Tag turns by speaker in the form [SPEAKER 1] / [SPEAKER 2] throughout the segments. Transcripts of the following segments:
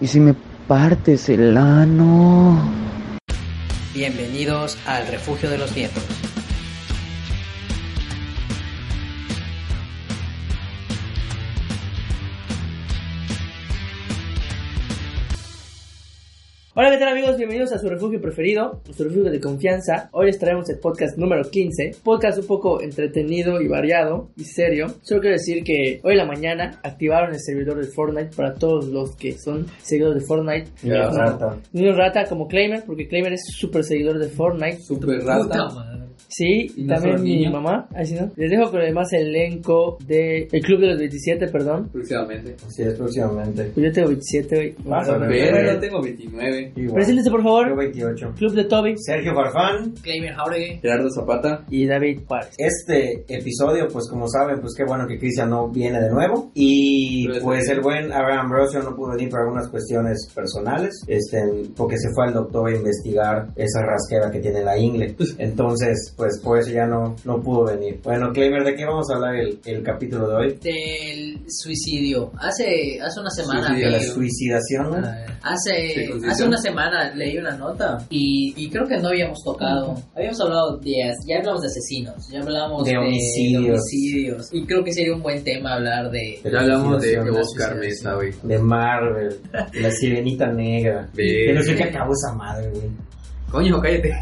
[SPEAKER 1] ¿Y si me partes el ano?
[SPEAKER 2] Bienvenidos al refugio de los nietos.
[SPEAKER 3] Hola, ¿qué tal amigos? Bienvenidos a su refugio preferido, su refugio de confianza. Hoy les traemos el podcast número 15, podcast un poco entretenido y variado y serio. Solo quiero decir que hoy en la mañana activaron el servidor de Fortnite para todos los que son seguidores de Fortnite.
[SPEAKER 4] Ya, rata.
[SPEAKER 3] Niño rata como Claimer, porque Claimer es súper seguidor de Fortnite.
[SPEAKER 4] Super rata.
[SPEAKER 3] Sí, y
[SPEAKER 4] ¿Y no
[SPEAKER 3] también
[SPEAKER 4] solo
[SPEAKER 3] mi
[SPEAKER 4] niño?
[SPEAKER 3] mamá. Así no. Les dejo con el más elenco de el Club de los 27, perdón.
[SPEAKER 4] Próximamente.
[SPEAKER 5] Así es, próximamente.
[SPEAKER 3] Pues yo tengo 27 hoy.
[SPEAKER 5] Vas a ver.
[SPEAKER 4] Pero yo tengo 29.
[SPEAKER 5] Igual.
[SPEAKER 3] Preséntense por
[SPEAKER 5] Yo
[SPEAKER 3] favor.
[SPEAKER 5] 28.
[SPEAKER 3] Club de Toby
[SPEAKER 5] Sergio Farfán.
[SPEAKER 2] Claimer Jauregui.
[SPEAKER 4] Gerardo Zapata.
[SPEAKER 3] y David Juárez.
[SPEAKER 5] Este episodio, pues como saben, pues qué bueno que Cristian no viene de nuevo. Y
[SPEAKER 4] Gracias.
[SPEAKER 5] pues el buen Abraham Ambrosio no pudo venir por algunas cuestiones personales, este, porque se fue al doctor a investigar esa rasquera que tiene la ingle. Entonces, pues por eso ya no, no pudo venir. Bueno, Claimer, ¿de qué vamos a hablar el, el capítulo de hoy?
[SPEAKER 2] Del suicidio. Hace, hace una semana
[SPEAKER 4] Suicidio,
[SPEAKER 5] De la
[SPEAKER 2] leí-
[SPEAKER 5] suicidación. ¿no?
[SPEAKER 4] Sí,
[SPEAKER 2] Hace,
[SPEAKER 4] conciencia.
[SPEAKER 2] hace una semana leí una nota y, y creo que no habíamos tocado. Habíamos hablado de. as- Ya hablamos de asesinos, ya hablamos
[SPEAKER 5] De homicidios.
[SPEAKER 2] de homicidios. Y creo que sería un buen tema hablar de.
[SPEAKER 5] De
[SPEAKER 4] Ya hablamos de
[SPEAKER 5] suicidación,
[SPEAKER 4] Oscar Mesa, güey.
[SPEAKER 5] De Marvel, la sirenita negra.
[SPEAKER 4] Ve.
[SPEAKER 5] Pero sé que acabó esa madre, güey.
[SPEAKER 4] Coño, cállate.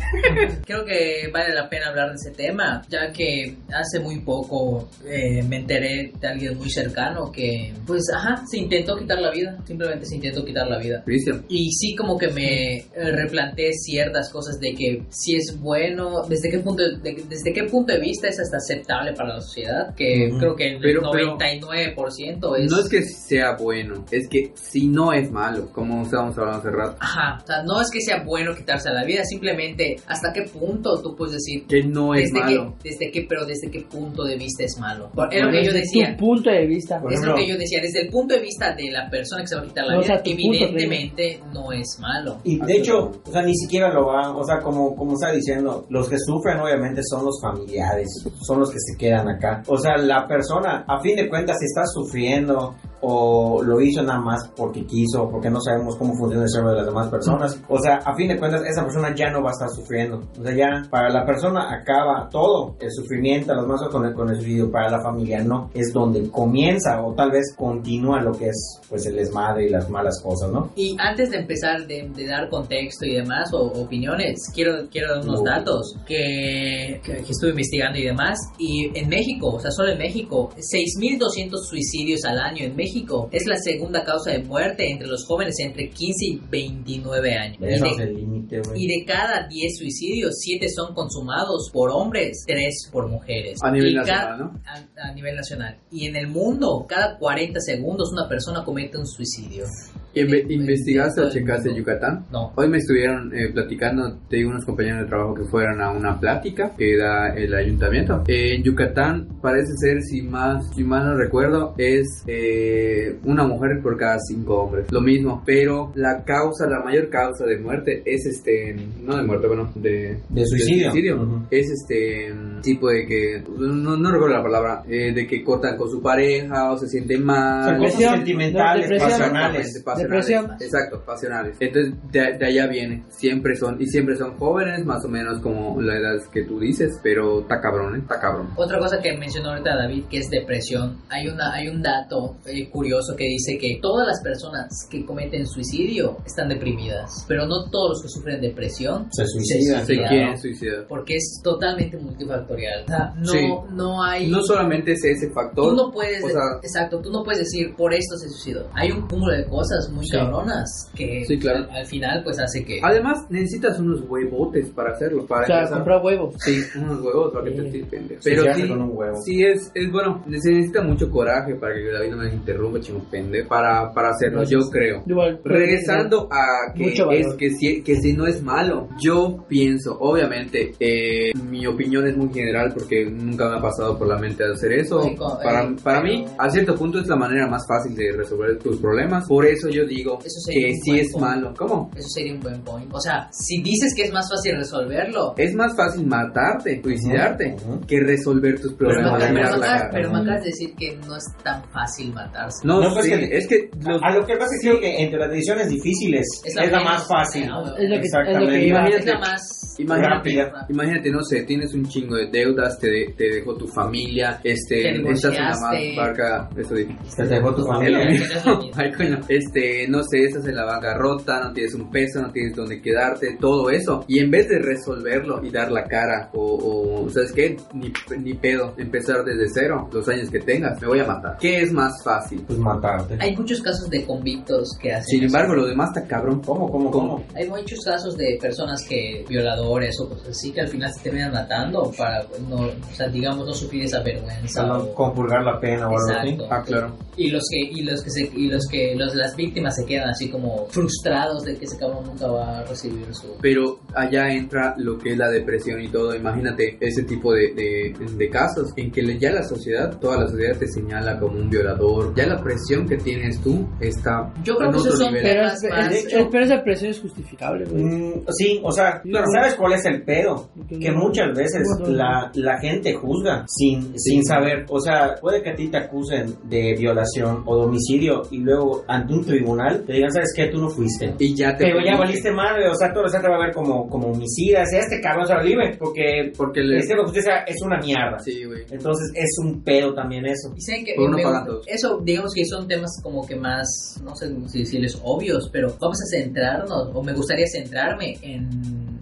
[SPEAKER 2] Creo que vale la pena hablar de ese tema, ya que hace muy poco eh, me enteré de alguien muy cercano que, pues, ajá, se intentó quitar la vida. Simplemente se intentó quitar la vida.
[SPEAKER 4] Cristian.
[SPEAKER 2] Y sí como que me eh, replanteé ciertas cosas de que si es bueno, desde qué punto de, desde qué punto de vista es hasta aceptable para la sociedad, que
[SPEAKER 5] Ujú.
[SPEAKER 2] creo que el
[SPEAKER 4] Pero- pero-
[SPEAKER 2] 99% es...
[SPEAKER 4] No es que sea bueno, es que si no es malo, como estábamos hablando hace rato.
[SPEAKER 2] Ajá, o sea, no es que sea bueno quitarse la vida, simplemente hasta qué punto tú puedes decir...
[SPEAKER 4] Que no es
[SPEAKER 2] Desde qué,
[SPEAKER 4] malo.
[SPEAKER 2] desde qué, pero desde qué punto de vista es malo. Es lo
[SPEAKER 3] Bueno,
[SPEAKER 2] que yo
[SPEAKER 3] desde
[SPEAKER 2] decía.
[SPEAKER 3] Tu punto de vista.
[SPEAKER 5] Por
[SPEAKER 2] Es lo
[SPEAKER 5] ejemplo,
[SPEAKER 2] que yo decía. Desde el punto de vista de la persona que se va a quitar la
[SPEAKER 3] No, o
[SPEAKER 2] vida,
[SPEAKER 3] sea, tu punto,
[SPEAKER 2] evidentemente no es malo.
[SPEAKER 5] Y de hecho, o sea, ni siquiera lo van, o sea, como, como está diciendo, los que sufren obviamente son los familiares, son los que se quedan acá. O sea, la persona, a fin de cuentas, si está sufriendo o lo hizo nada más porque quiso, porque no sabemos cómo funciona el cerebro de las demás personas, o sea, a fin de cuentas, esa persona ya no va a estar sufriendo. O sea, ya para la persona acaba todo el sufrimiento, los más con el, con el suicidio, para la familia no, es donde comienza o tal vez continúa lo que es pues el desmadre y las malas cosas, ¿no?
[SPEAKER 2] Y antes de empezar de, de dar contexto y demás o opiniones, quiero, quiero dar unos
[SPEAKER 5] Ujú.
[SPEAKER 2] datos que, que- que estuve investigando y demás. Y en México, o sea, solo en México, 6.200 suicidios al año en México es la segunda causa de muerte entre los jóvenes entre 15 y 29 años. Y
[SPEAKER 5] Ese es
[SPEAKER 2] de-
[SPEAKER 5] el límite, güey.
[SPEAKER 2] y de cada 10 suicidios, 7 son consumados por hombres, 3 por mujeres.
[SPEAKER 4] A nivel
[SPEAKER 2] Y ca-
[SPEAKER 4] nacional, ¿no?
[SPEAKER 2] A, a nivel nacional. Y en el mundo, cada 40 segundos una persona comete un suicidio.
[SPEAKER 4] Inve-
[SPEAKER 2] de-
[SPEAKER 4] ¿Investigaste
[SPEAKER 2] de-
[SPEAKER 4] o checaste
[SPEAKER 2] de-
[SPEAKER 4] Yucatán?
[SPEAKER 2] No.
[SPEAKER 4] Hoy me estuvieron eh, platicando de unos compañeros de trabajo que fueron a una plática que da el ayuntamiento. Eh, en Yucatán parece ser, si más, si mal no recuerdo, es eh, una mujer por cada cinco hombres. Lo mismo, pero la causa, la mayor causa de muerte es este, no de muerte, bueno, de...
[SPEAKER 5] De suicidio.
[SPEAKER 4] de suicidio.
[SPEAKER 5] Ujú.
[SPEAKER 4] Es este tipo de que, no, no recuerdo la palabra, eh, de que cortan con su pareja o se siente mal.
[SPEAKER 5] Son cosas
[SPEAKER 3] Depresión,
[SPEAKER 5] sentimentales,
[SPEAKER 3] depresión.
[SPEAKER 5] pasionales.
[SPEAKER 4] Pasionales.
[SPEAKER 3] Depresión.
[SPEAKER 4] Exacto, pasionales. Entonces, de, de allá viene. Siempre son, y siempre son jóvenes, más o menos como la edad que tú dices, pero está cabrón, ¿eh? Está cabrón.
[SPEAKER 2] Otra cosa que mencionó ahorita David, que es depresión, hay, una, hay un dato eh, curioso que dice que todas las personas que cometen suicidio están deprimidas, pero no todos los que sufren depresión
[SPEAKER 5] Se
[SPEAKER 2] Se
[SPEAKER 5] suicida.
[SPEAKER 4] Se
[SPEAKER 2] suicida.
[SPEAKER 4] quieren suicidar.
[SPEAKER 2] porque es totalmente multifactorial. O sea, no,
[SPEAKER 4] Sí.
[SPEAKER 2] no hay...
[SPEAKER 4] No solamente es ese
[SPEAKER 2] Tú
[SPEAKER 4] factor.
[SPEAKER 2] no puedes,
[SPEAKER 4] o sea-
[SPEAKER 2] exacto, tú no puedes decir por esto se suicidó. Hay un cúmulo de cosas muy
[SPEAKER 4] Sí.
[SPEAKER 2] cabronas que
[SPEAKER 4] Sí, claro.
[SPEAKER 2] al, al final pues hace que...
[SPEAKER 4] Además, necesitas unos huevotes para hacerlo. Para
[SPEAKER 3] O sea,
[SPEAKER 4] empezar.
[SPEAKER 3] comprar huevos.
[SPEAKER 4] Sí, unos huevos para que
[SPEAKER 3] Sí.
[SPEAKER 4] te estipen.
[SPEAKER 5] Se
[SPEAKER 4] Pero
[SPEAKER 5] hace
[SPEAKER 4] sí,
[SPEAKER 5] con un huevo.
[SPEAKER 4] sí es, es bueno. Se necesita mucho coraje para que David no me interrumpa, chingo pendejo. Para, para hacerlo, yo creo.
[SPEAKER 3] Igual.
[SPEAKER 4] Regresando a que,
[SPEAKER 3] Mucho valor.
[SPEAKER 4] es, que, si, que si no es malo, yo pienso, obviamente, eh, mi opinión es muy general porque nunca me ha pasado por la mente hacer eso.
[SPEAKER 2] Oye, co-
[SPEAKER 4] para,
[SPEAKER 2] eh,
[SPEAKER 4] para
[SPEAKER 2] pero-
[SPEAKER 4] mí, a cierto punto es la manera más fácil de resolver tus problemas. Por eso yo digo
[SPEAKER 2] Eso sería
[SPEAKER 4] que
[SPEAKER 2] un
[SPEAKER 4] sí
[SPEAKER 2] buen
[SPEAKER 4] es
[SPEAKER 2] punto.
[SPEAKER 4] malo. ¿Cómo?
[SPEAKER 2] Eso sería un buen point. O sea, si dices que es más fácil resolverlo,
[SPEAKER 4] Es más fácil matarte, suicidarte,
[SPEAKER 5] Ujú.
[SPEAKER 4] que resolver tus
[SPEAKER 2] pero, me
[SPEAKER 4] problemas.
[SPEAKER 2] acabas-
[SPEAKER 4] de
[SPEAKER 2] pero me
[SPEAKER 4] mirar la
[SPEAKER 2] acabas-
[SPEAKER 4] cara.
[SPEAKER 2] pero me acabas de decir que no es tan fácil matarse.
[SPEAKER 4] No,
[SPEAKER 5] No, pues
[SPEAKER 4] sí,
[SPEAKER 5] que-
[SPEAKER 4] es que los-
[SPEAKER 5] A lo que pasa es que creo que entre las decisiones difíciles es la, más
[SPEAKER 2] menos-
[SPEAKER 5] fácil.
[SPEAKER 2] Ah, bueno.
[SPEAKER 3] Es lo que- es lo que
[SPEAKER 5] Exactamente.
[SPEAKER 3] iba.
[SPEAKER 2] Es la más...
[SPEAKER 4] Imagínate,
[SPEAKER 5] Rápida.
[SPEAKER 4] imagínate, no sé, tienes un chingo de deudas, te, de- te dejó tu familia,
[SPEAKER 2] Te
[SPEAKER 4] este, estás en la
[SPEAKER 2] divorciaste.
[SPEAKER 4] más barca, eso dije.
[SPEAKER 5] Se te dejó tu
[SPEAKER 2] Es lo
[SPEAKER 5] familia.
[SPEAKER 2] mismo, es lo mismo.
[SPEAKER 4] Ay, coño. Este, no sé, estás en la bancarrota, no tienes un peso, no tienes dónde quedarte, todo eso. Y en vez de resolverlo y dar la cara, o, o ¿sabes qué? Ni, ni pedo, empezar desde cero, los años que tengas, me voy a matar. ¿Qué es más fácil?
[SPEAKER 5] Pues matarte.
[SPEAKER 2] Hay muchos casos de convictos que hacen
[SPEAKER 4] Sin
[SPEAKER 2] eso.
[SPEAKER 4] embargo, lo demás está cabrón.
[SPEAKER 5] ¿Cómo, cómo, cómo?
[SPEAKER 2] Hay muchos casos de personas que, violadores o cosas así, que al final se terminan matando para, pues, no, o sea, digamos, no sufrir esa
[SPEAKER 5] O sea,
[SPEAKER 2] vergüenza.
[SPEAKER 5] no
[SPEAKER 2] o-
[SPEAKER 5] compurgar la pena o algo así.
[SPEAKER 2] Exacto.
[SPEAKER 4] Ah, claro.
[SPEAKER 2] Y los que, y los que, se, y los que los, las víctimas se quedan así como frustrados de que ese cabrón nunca va a recibir su...
[SPEAKER 4] Pero allá entra lo que es la depresión y todo. Imagínate ese tipo de, de- de casos en que le- ya la sociedad, toda la sociedad te señala como un violador. Ya la presión que tienes tú está
[SPEAKER 2] Yo creo
[SPEAKER 4] en
[SPEAKER 2] que
[SPEAKER 4] otro
[SPEAKER 2] esos son
[SPEAKER 4] nivel.
[SPEAKER 3] Pero,
[SPEAKER 2] temas
[SPEAKER 3] es-
[SPEAKER 2] más...
[SPEAKER 3] es- es- pero esa presión es justificable, güey.
[SPEAKER 5] Mm, sí, o sea,
[SPEAKER 4] Claro.
[SPEAKER 5] ¿sabes cuál es el pedo?
[SPEAKER 3] Que
[SPEAKER 5] Que
[SPEAKER 3] no-
[SPEAKER 5] muchas veces
[SPEAKER 3] no, no, no.
[SPEAKER 5] la, la gente juzga sin, sin saber. O sea, puede que a ti te acusen de violación o de homicidio y luego ante un tribunal te digan, ¿sabes qué? Tú no fuiste.
[SPEAKER 4] Y ya te...
[SPEAKER 5] Pero ya valiste madre, o sea, todo el te va a ver como, como homicida. O sea, este cabrón se lo libre porque
[SPEAKER 4] Porque le...
[SPEAKER 5] este justicia es una mierda.
[SPEAKER 4] Sí, güey.
[SPEAKER 5] Entonces es un pedo también eso.
[SPEAKER 2] Y saben que
[SPEAKER 4] Por uno
[SPEAKER 2] me
[SPEAKER 4] pagan
[SPEAKER 2] gusta-
[SPEAKER 4] todos.
[SPEAKER 2] eso digamos que son temas como que más, no sé si decirles obvios, pero vamos a centrarnos, o me gustaría centrarme en,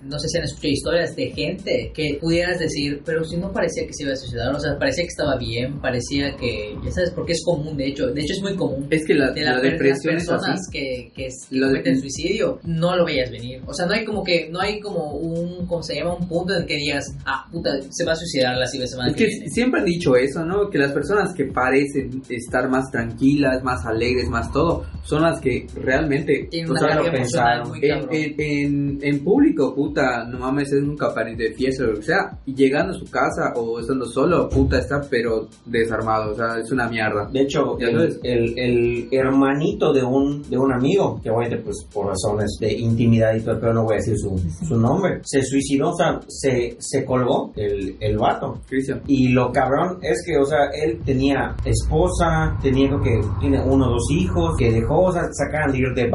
[SPEAKER 2] no sé si han escuchado historias de gente que pudieras decir, pero si no parecía que se iba a suicidar, o sea, parecía que estaba bien, parecía que, ya sabes, porque es común, de hecho, de hecho es muy común.
[SPEAKER 4] Es que la,
[SPEAKER 2] De
[SPEAKER 4] la
[SPEAKER 2] las per-
[SPEAKER 4] depresión
[SPEAKER 2] las
[SPEAKER 4] es
[SPEAKER 2] personas
[SPEAKER 4] así.
[SPEAKER 2] que, que, es- que
[SPEAKER 4] La de-
[SPEAKER 2] cometen suicidio, no lo veías venir. O sea, no hay como que, no hay como un, ¿cómo se llama? Un punto en que digas, ah, puta, se va a suicidar la siguiente semana.
[SPEAKER 4] Es que
[SPEAKER 2] que viene.
[SPEAKER 4] siempre han dicho eso, ¿no? Que las personas que parecen estar más tranquilas, más alegres, más todo, son las que realmente
[SPEAKER 2] Tiene
[SPEAKER 4] o
[SPEAKER 2] una
[SPEAKER 4] sea,
[SPEAKER 5] lo
[SPEAKER 2] carga emocional
[SPEAKER 5] pensaron.
[SPEAKER 2] muy
[SPEAKER 4] En,
[SPEAKER 2] cabrón.
[SPEAKER 4] en, en, en público, puta, no mames, es un caparín de fiesta o lo que sea. Y llegando a su casa o estando solo, puta, está pero desarmado, o sea, es una mierda.
[SPEAKER 5] De hecho,
[SPEAKER 4] Ya
[SPEAKER 5] el,
[SPEAKER 4] sabes.
[SPEAKER 5] el- el hermanito de un, de un amigo, que obviamente pues por razones de intimidad y todo, pero no voy a decir su, su nombre, se suicidó, o sea, se, se colgó el, el vato.
[SPEAKER 4] Cristian.
[SPEAKER 5] Y lo cabrón es que, o sea, él tenía esposa, tenía creo que tiene uno o dos hijos, que dejó, o sea, se acaban de ir de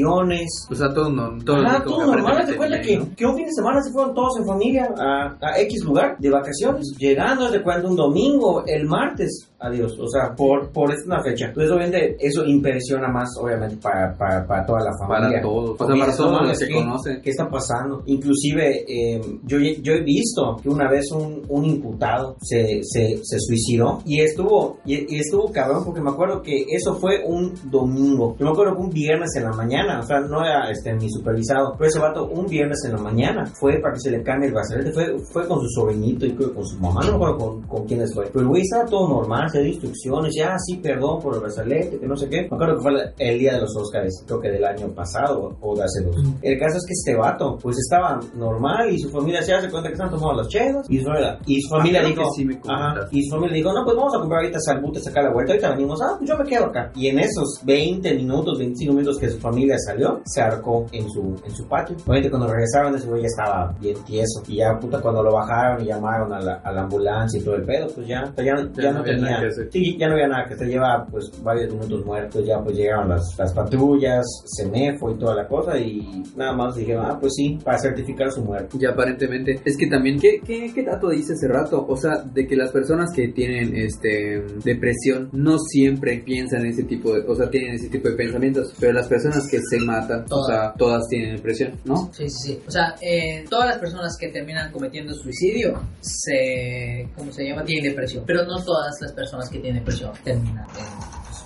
[SPEAKER 5] vacaciones.
[SPEAKER 4] O sea, todo, no, todo
[SPEAKER 5] Ah,
[SPEAKER 4] rico,
[SPEAKER 5] todo normal,
[SPEAKER 4] aparentemente
[SPEAKER 5] hazte cuenta
[SPEAKER 4] bien,
[SPEAKER 5] que,
[SPEAKER 4] ¿no?
[SPEAKER 5] que un fin de semana se fueron todos en familia a, a X lugar de vacaciones, llegando de cuenta un domingo, el martes, adiós, o sea, por, por esta fecha. Entonces, obviamente, eso impresiona más, obviamente, para, para, para toda la familia.
[SPEAKER 4] Para todos, o
[SPEAKER 5] Porque
[SPEAKER 4] sea, para
[SPEAKER 5] dices, no
[SPEAKER 4] todos los
[SPEAKER 5] mames,
[SPEAKER 4] que
[SPEAKER 5] ¿qué-
[SPEAKER 4] conocen.
[SPEAKER 5] ¿Qué está pasando? Inclusive, eh, yo, yo he visto que una vez un, un imputado se, se, se suicidó y estuvo, y, y estuvo cabrón porque me acuerdo que eso fue un domingo. Yo me acuerdo que un viernes en la mañana, o sea, no era este, mi supervisado, pero ese vato un viernes en la mañana fue para que se le cambie el brazalete, fue, fue con su sobrinito y creo que con su mamá, no me acuerdo con, con quiénes fue. Pero el güey estaba todo normal, se dio instrucciones, ya, "Ah, sí, perdón por el brazalete, que no sé qué. Me acuerdo que fue la- el día de los Oscars, creo que del año pasado o de hace dos. El caso es que este vato, pues estaba normal y su familia se hace cuenta que se han tomado los chedos y su, y su familia
[SPEAKER 4] Ah, creo
[SPEAKER 5] dijo,
[SPEAKER 4] que sí me comentaste.
[SPEAKER 5] ajá, y su familia dijo, no, pues vamos a comprar ahorita salbute, sacar la vuelta, ahorita venimos, ah, pues yo me quedo acá. Y en esos 20 minutos, 25 minutos que su familia salió, se arcó en su, en su patio. Obviamente cuando regresaron de ese güey ya estaba bien tieso. Y ya, puta, cuando lo bajaron y llamaron a la, a la ambulancia y todo el pedo, pues ya, o sea, ya, ya
[SPEAKER 4] no
[SPEAKER 5] no
[SPEAKER 4] había nada
[SPEAKER 5] tenía.
[SPEAKER 4] que hacer.
[SPEAKER 5] Sí, ya no había nada que se lleva, pues varios minutos muertos. Ya, pues llegaron las, las patrullas, Semefo y toda la cosa. Y nada más dijeron, ah, pues sí, para certificar su muerte.
[SPEAKER 4] Y aparentemente, es que también, ¿qué, qué, qué dato dice hace rato? O sea, de que las personas que tienen este depresión no siempre piensan ese tipo de, o sea, tienen ese tipo de pensamientos, pero las personas que se matan, o sea, todas tienen depresión, ¿no?
[SPEAKER 2] Sí, sí, sí. O sea, eh, todas las personas que terminan cometiendo suicidio se. ¿Cómo se llama? Tienen depresión. Pero no todas las personas que tienen depresión terminan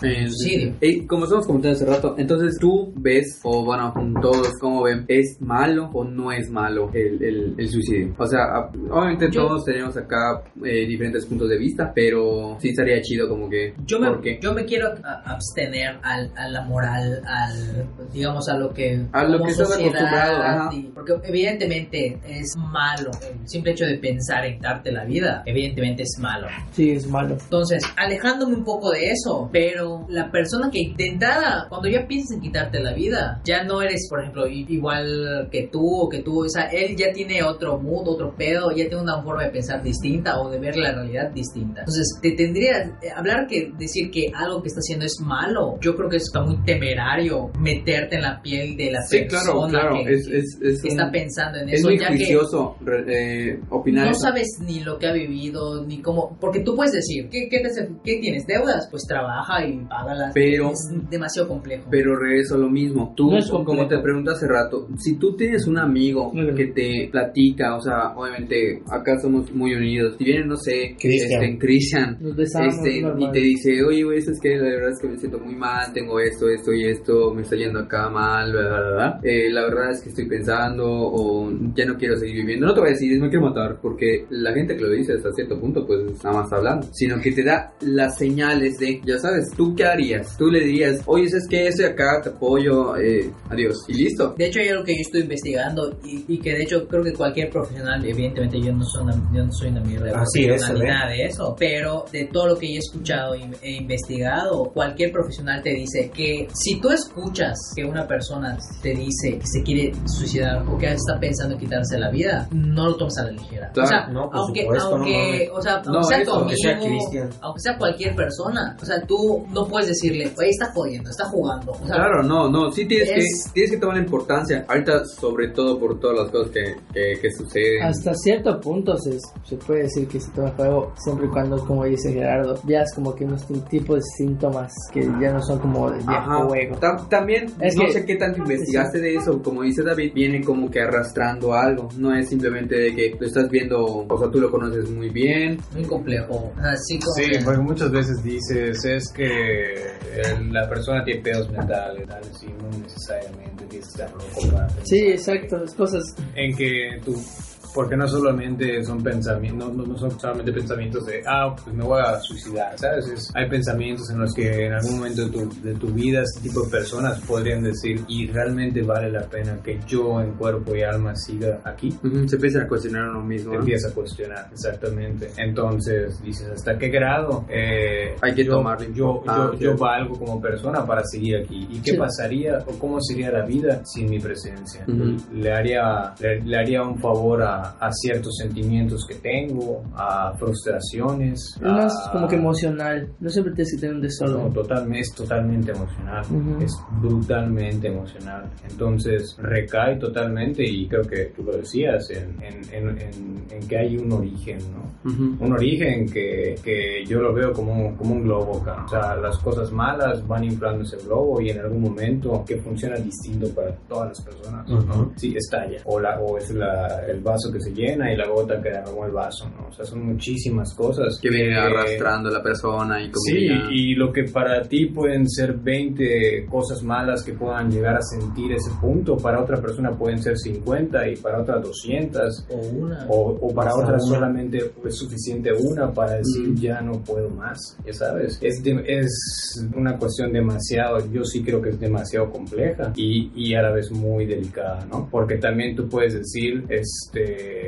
[SPEAKER 2] en suicidio.
[SPEAKER 4] Y Eh, como estamos comentando hace rato, entonces tú ves, o bueno, todos como ven, ¿es malo o no es malo el, el- el suicidio? O sea, a- obviamente
[SPEAKER 2] Yo-
[SPEAKER 4] todos tenemos acá eh, diferentes puntos de vista, pero sí estaría chido como que...
[SPEAKER 2] Yo
[SPEAKER 4] ¿por qué?
[SPEAKER 2] me, yo me quiero a- abstener al, a la moral, al, digamos, a lo que...
[SPEAKER 4] A lo
[SPEAKER 2] como
[SPEAKER 4] que estás
[SPEAKER 2] sociedad,
[SPEAKER 4] acostumbrado, ajá.
[SPEAKER 2] y- porque evidentemente es malo. El simple hecho de pensar en darte la vida, evidentemente es malo.
[SPEAKER 3] Sí, es malo.
[SPEAKER 2] Entonces, alejándome un poco de eso, pero la persona que intentada, cuando ya piensas en quitarte la vida, ya no eres, por ejemplo, i- igual que tú o que tú, o sea, él ya tiene otro mood, otro pedo, ya tiene una forma de pensar distinta o de ver la realidad distinta. Entonces, te tendría, eh, hablar que decir que algo que está haciendo es malo, yo creo que está muy temerario meterte en la piel de la
[SPEAKER 4] Sí,
[SPEAKER 2] persona
[SPEAKER 4] claro, claro.
[SPEAKER 2] que,
[SPEAKER 4] es, es, es
[SPEAKER 2] que
[SPEAKER 4] un-
[SPEAKER 2] está pensando en
[SPEAKER 4] es
[SPEAKER 2] eso,
[SPEAKER 4] muy
[SPEAKER 2] ya que...
[SPEAKER 4] juicioso re- eh, opinar
[SPEAKER 2] No
[SPEAKER 4] eso.
[SPEAKER 2] sabes ni lo que ha vivido, ni cómo. Porque tú puedes decir, ¿qué, qué, te- qué tienes? ¿Deudas? Pues trabaja y págalas.
[SPEAKER 4] Pero-
[SPEAKER 2] Es demasiado complejo.
[SPEAKER 4] Pero regreso a lo mismo. Tú,
[SPEAKER 3] No es
[SPEAKER 4] como
[SPEAKER 3] completo.
[SPEAKER 4] te pregunté hace rato, si tú tienes un amigo
[SPEAKER 3] Ujú.
[SPEAKER 4] que te platica, o sea, obviamente acá somos muy unidos. Si viene, no sé,
[SPEAKER 5] Cristian.
[SPEAKER 4] este, Christian,
[SPEAKER 3] Nos besamos.
[SPEAKER 4] este, y
[SPEAKER 3] normal.
[SPEAKER 4] te dice, oye, güey, es que la verdad es que me siento muy mal, tengo esto, esto y esto, me está yendo acá mal, bla, bla, bla, bla. Eh, la verdad es que estoy pensando o ya no quiero seguir viviendo. No te voy a decir, me quiero matar, porque la gente que lo dice hasta cierto punto, pues nada más está hablando, sino que te da las señales de, ya sabes, tú qué harías, tú le dirías, oye, es que estoy acá, te apoyo, eh, adiós, y listo.
[SPEAKER 2] De hecho, hay algo que yo estoy investigando y, y que de hecho creo que cualquier profesional, evidentemente yo no soy una, yo no soy una mierda de
[SPEAKER 5] Así es,
[SPEAKER 2] profesional ni
[SPEAKER 5] ¿eh?
[SPEAKER 2] nada de eso, pero de todo lo que he escuchado y- e investigado, cualquier profesional te dice que si tú escuchas que una persona te dice que se quiere suicidar o que está pensando en quitarse la vida, no lo tomes a la ligera.
[SPEAKER 4] Claro,
[SPEAKER 2] o sea,
[SPEAKER 5] no, por
[SPEAKER 2] aunque,
[SPEAKER 5] supuesto, no
[SPEAKER 2] aunque,
[SPEAKER 5] mames.
[SPEAKER 2] o sea, aunque
[SPEAKER 4] No,
[SPEAKER 2] sea
[SPEAKER 4] eso,
[SPEAKER 2] tu
[SPEAKER 4] aunque
[SPEAKER 5] sea
[SPEAKER 2] amigo,
[SPEAKER 5] Cristian.
[SPEAKER 2] aunque sea cualquier persona, o sea, tú no puedes decirle, oye, está jodiendo, está jugando. O sea,
[SPEAKER 4] Claro, no, no, sí tienes,
[SPEAKER 2] Es-
[SPEAKER 4] que, tienes que tomar la importancia, ahorita sobre todo por todas las cosas que, que, que suceden.
[SPEAKER 3] Hasta cierto punto se, se puede decir que se toma juego siempre y cuando, como dice Gerardo, veas como que unos tipo de síntomas que ya no son como de viejo
[SPEAKER 4] Ajá.
[SPEAKER 3] juego.
[SPEAKER 4] Ta- también,
[SPEAKER 3] Es
[SPEAKER 4] no
[SPEAKER 3] que-
[SPEAKER 4] sé qué tanto investigaste de eso, como dice David, viene como que arrastrando algo, no es simplemente de que lo estás viendo, o sea, tú lo conoces muy bien,
[SPEAKER 2] muy complejo. Así como
[SPEAKER 6] Sí,
[SPEAKER 2] que-
[SPEAKER 6] porque muchas veces dices es que el- la persona tiene pedos mentales, tal, sí, no necesariamente tienes que estar loco para pensar
[SPEAKER 3] Sí, exacto, las cosas.
[SPEAKER 6] En que tú, porque no solamente son pensamientos, no, no son solamente pensamientos de, ah, pues me voy a suicidar, ¿sabes? Es- hay pensamientos en los que en algún momento de tu, de tu vida ese tipo de personas podrían decir, y realmente vale la pena que yo en cuerpo y alma siga aquí.
[SPEAKER 4] Ujú, se empiezan a cuestionar a uno mismo.
[SPEAKER 6] Te
[SPEAKER 4] ¿no?
[SPEAKER 6] empieza a cuestionar, exactamente. Entonces dices, ¿hasta qué grado? Eh,
[SPEAKER 4] Hay que
[SPEAKER 6] yo,
[SPEAKER 4] tomarlo.
[SPEAKER 6] Yo,
[SPEAKER 4] Ah,
[SPEAKER 6] yo,
[SPEAKER 4] sí.
[SPEAKER 6] yo valgo como persona para seguir aquí. ¿Y qué
[SPEAKER 3] Sí.
[SPEAKER 6] pasaría o cómo sería la vida sin mi presencia?
[SPEAKER 4] Ujú.
[SPEAKER 6] le, haría, le, le haría un favor a, a ciertos sentimientos que tengo, a frustraciones.
[SPEAKER 3] Es más
[SPEAKER 2] Ah.
[SPEAKER 6] a-
[SPEAKER 3] como que emocional. No siempre tienes que tener un
[SPEAKER 6] no,
[SPEAKER 3] desorden.
[SPEAKER 6] total- es totalmente emocional,
[SPEAKER 3] Ujú.
[SPEAKER 6] es brutalmente emocional. Entonces recae totalmente y creo que tú lo decías, en, en- en- en- en que hay un origen, ¿no?
[SPEAKER 4] Ujú.
[SPEAKER 6] Un origen que, que yo lo veo como, como un globo, acá. o sea, las cosas malas van inflando ese globo y en algún momento que funciona distinto para todas las personas, ¿no?
[SPEAKER 5] Ujú.
[SPEAKER 6] Sí, estalla, o, la, o es la- el vaso que se llena y la gota que derramó el vaso, ¿no? O sea, son muchísimas cosas
[SPEAKER 4] Que viene
[SPEAKER 6] que-
[SPEAKER 4] arrastrando a la persona y como
[SPEAKER 6] Eh, Sí,
[SPEAKER 4] que ya-
[SPEAKER 6] y lo que para ti pueden ser 20 cosas malas que puedan llegar a sentir ese punto, para otra persona pueden ser 50 y para otra 200,
[SPEAKER 2] o una.
[SPEAKER 6] o, o para
[SPEAKER 5] Hasta
[SPEAKER 6] otra
[SPEAKER 5] una.
[SPEAKER 6] solamente es suficiente una para decir
[SPEAKER 4] Mm.
[SPEAKER 6] ya no puedo más, ya sabes. Es, de- es una cuestión demasiado, yo sí creo que es demasiado compleja y, y a la vez muy delicada, ¿no? Porque también tú puedes decir, este,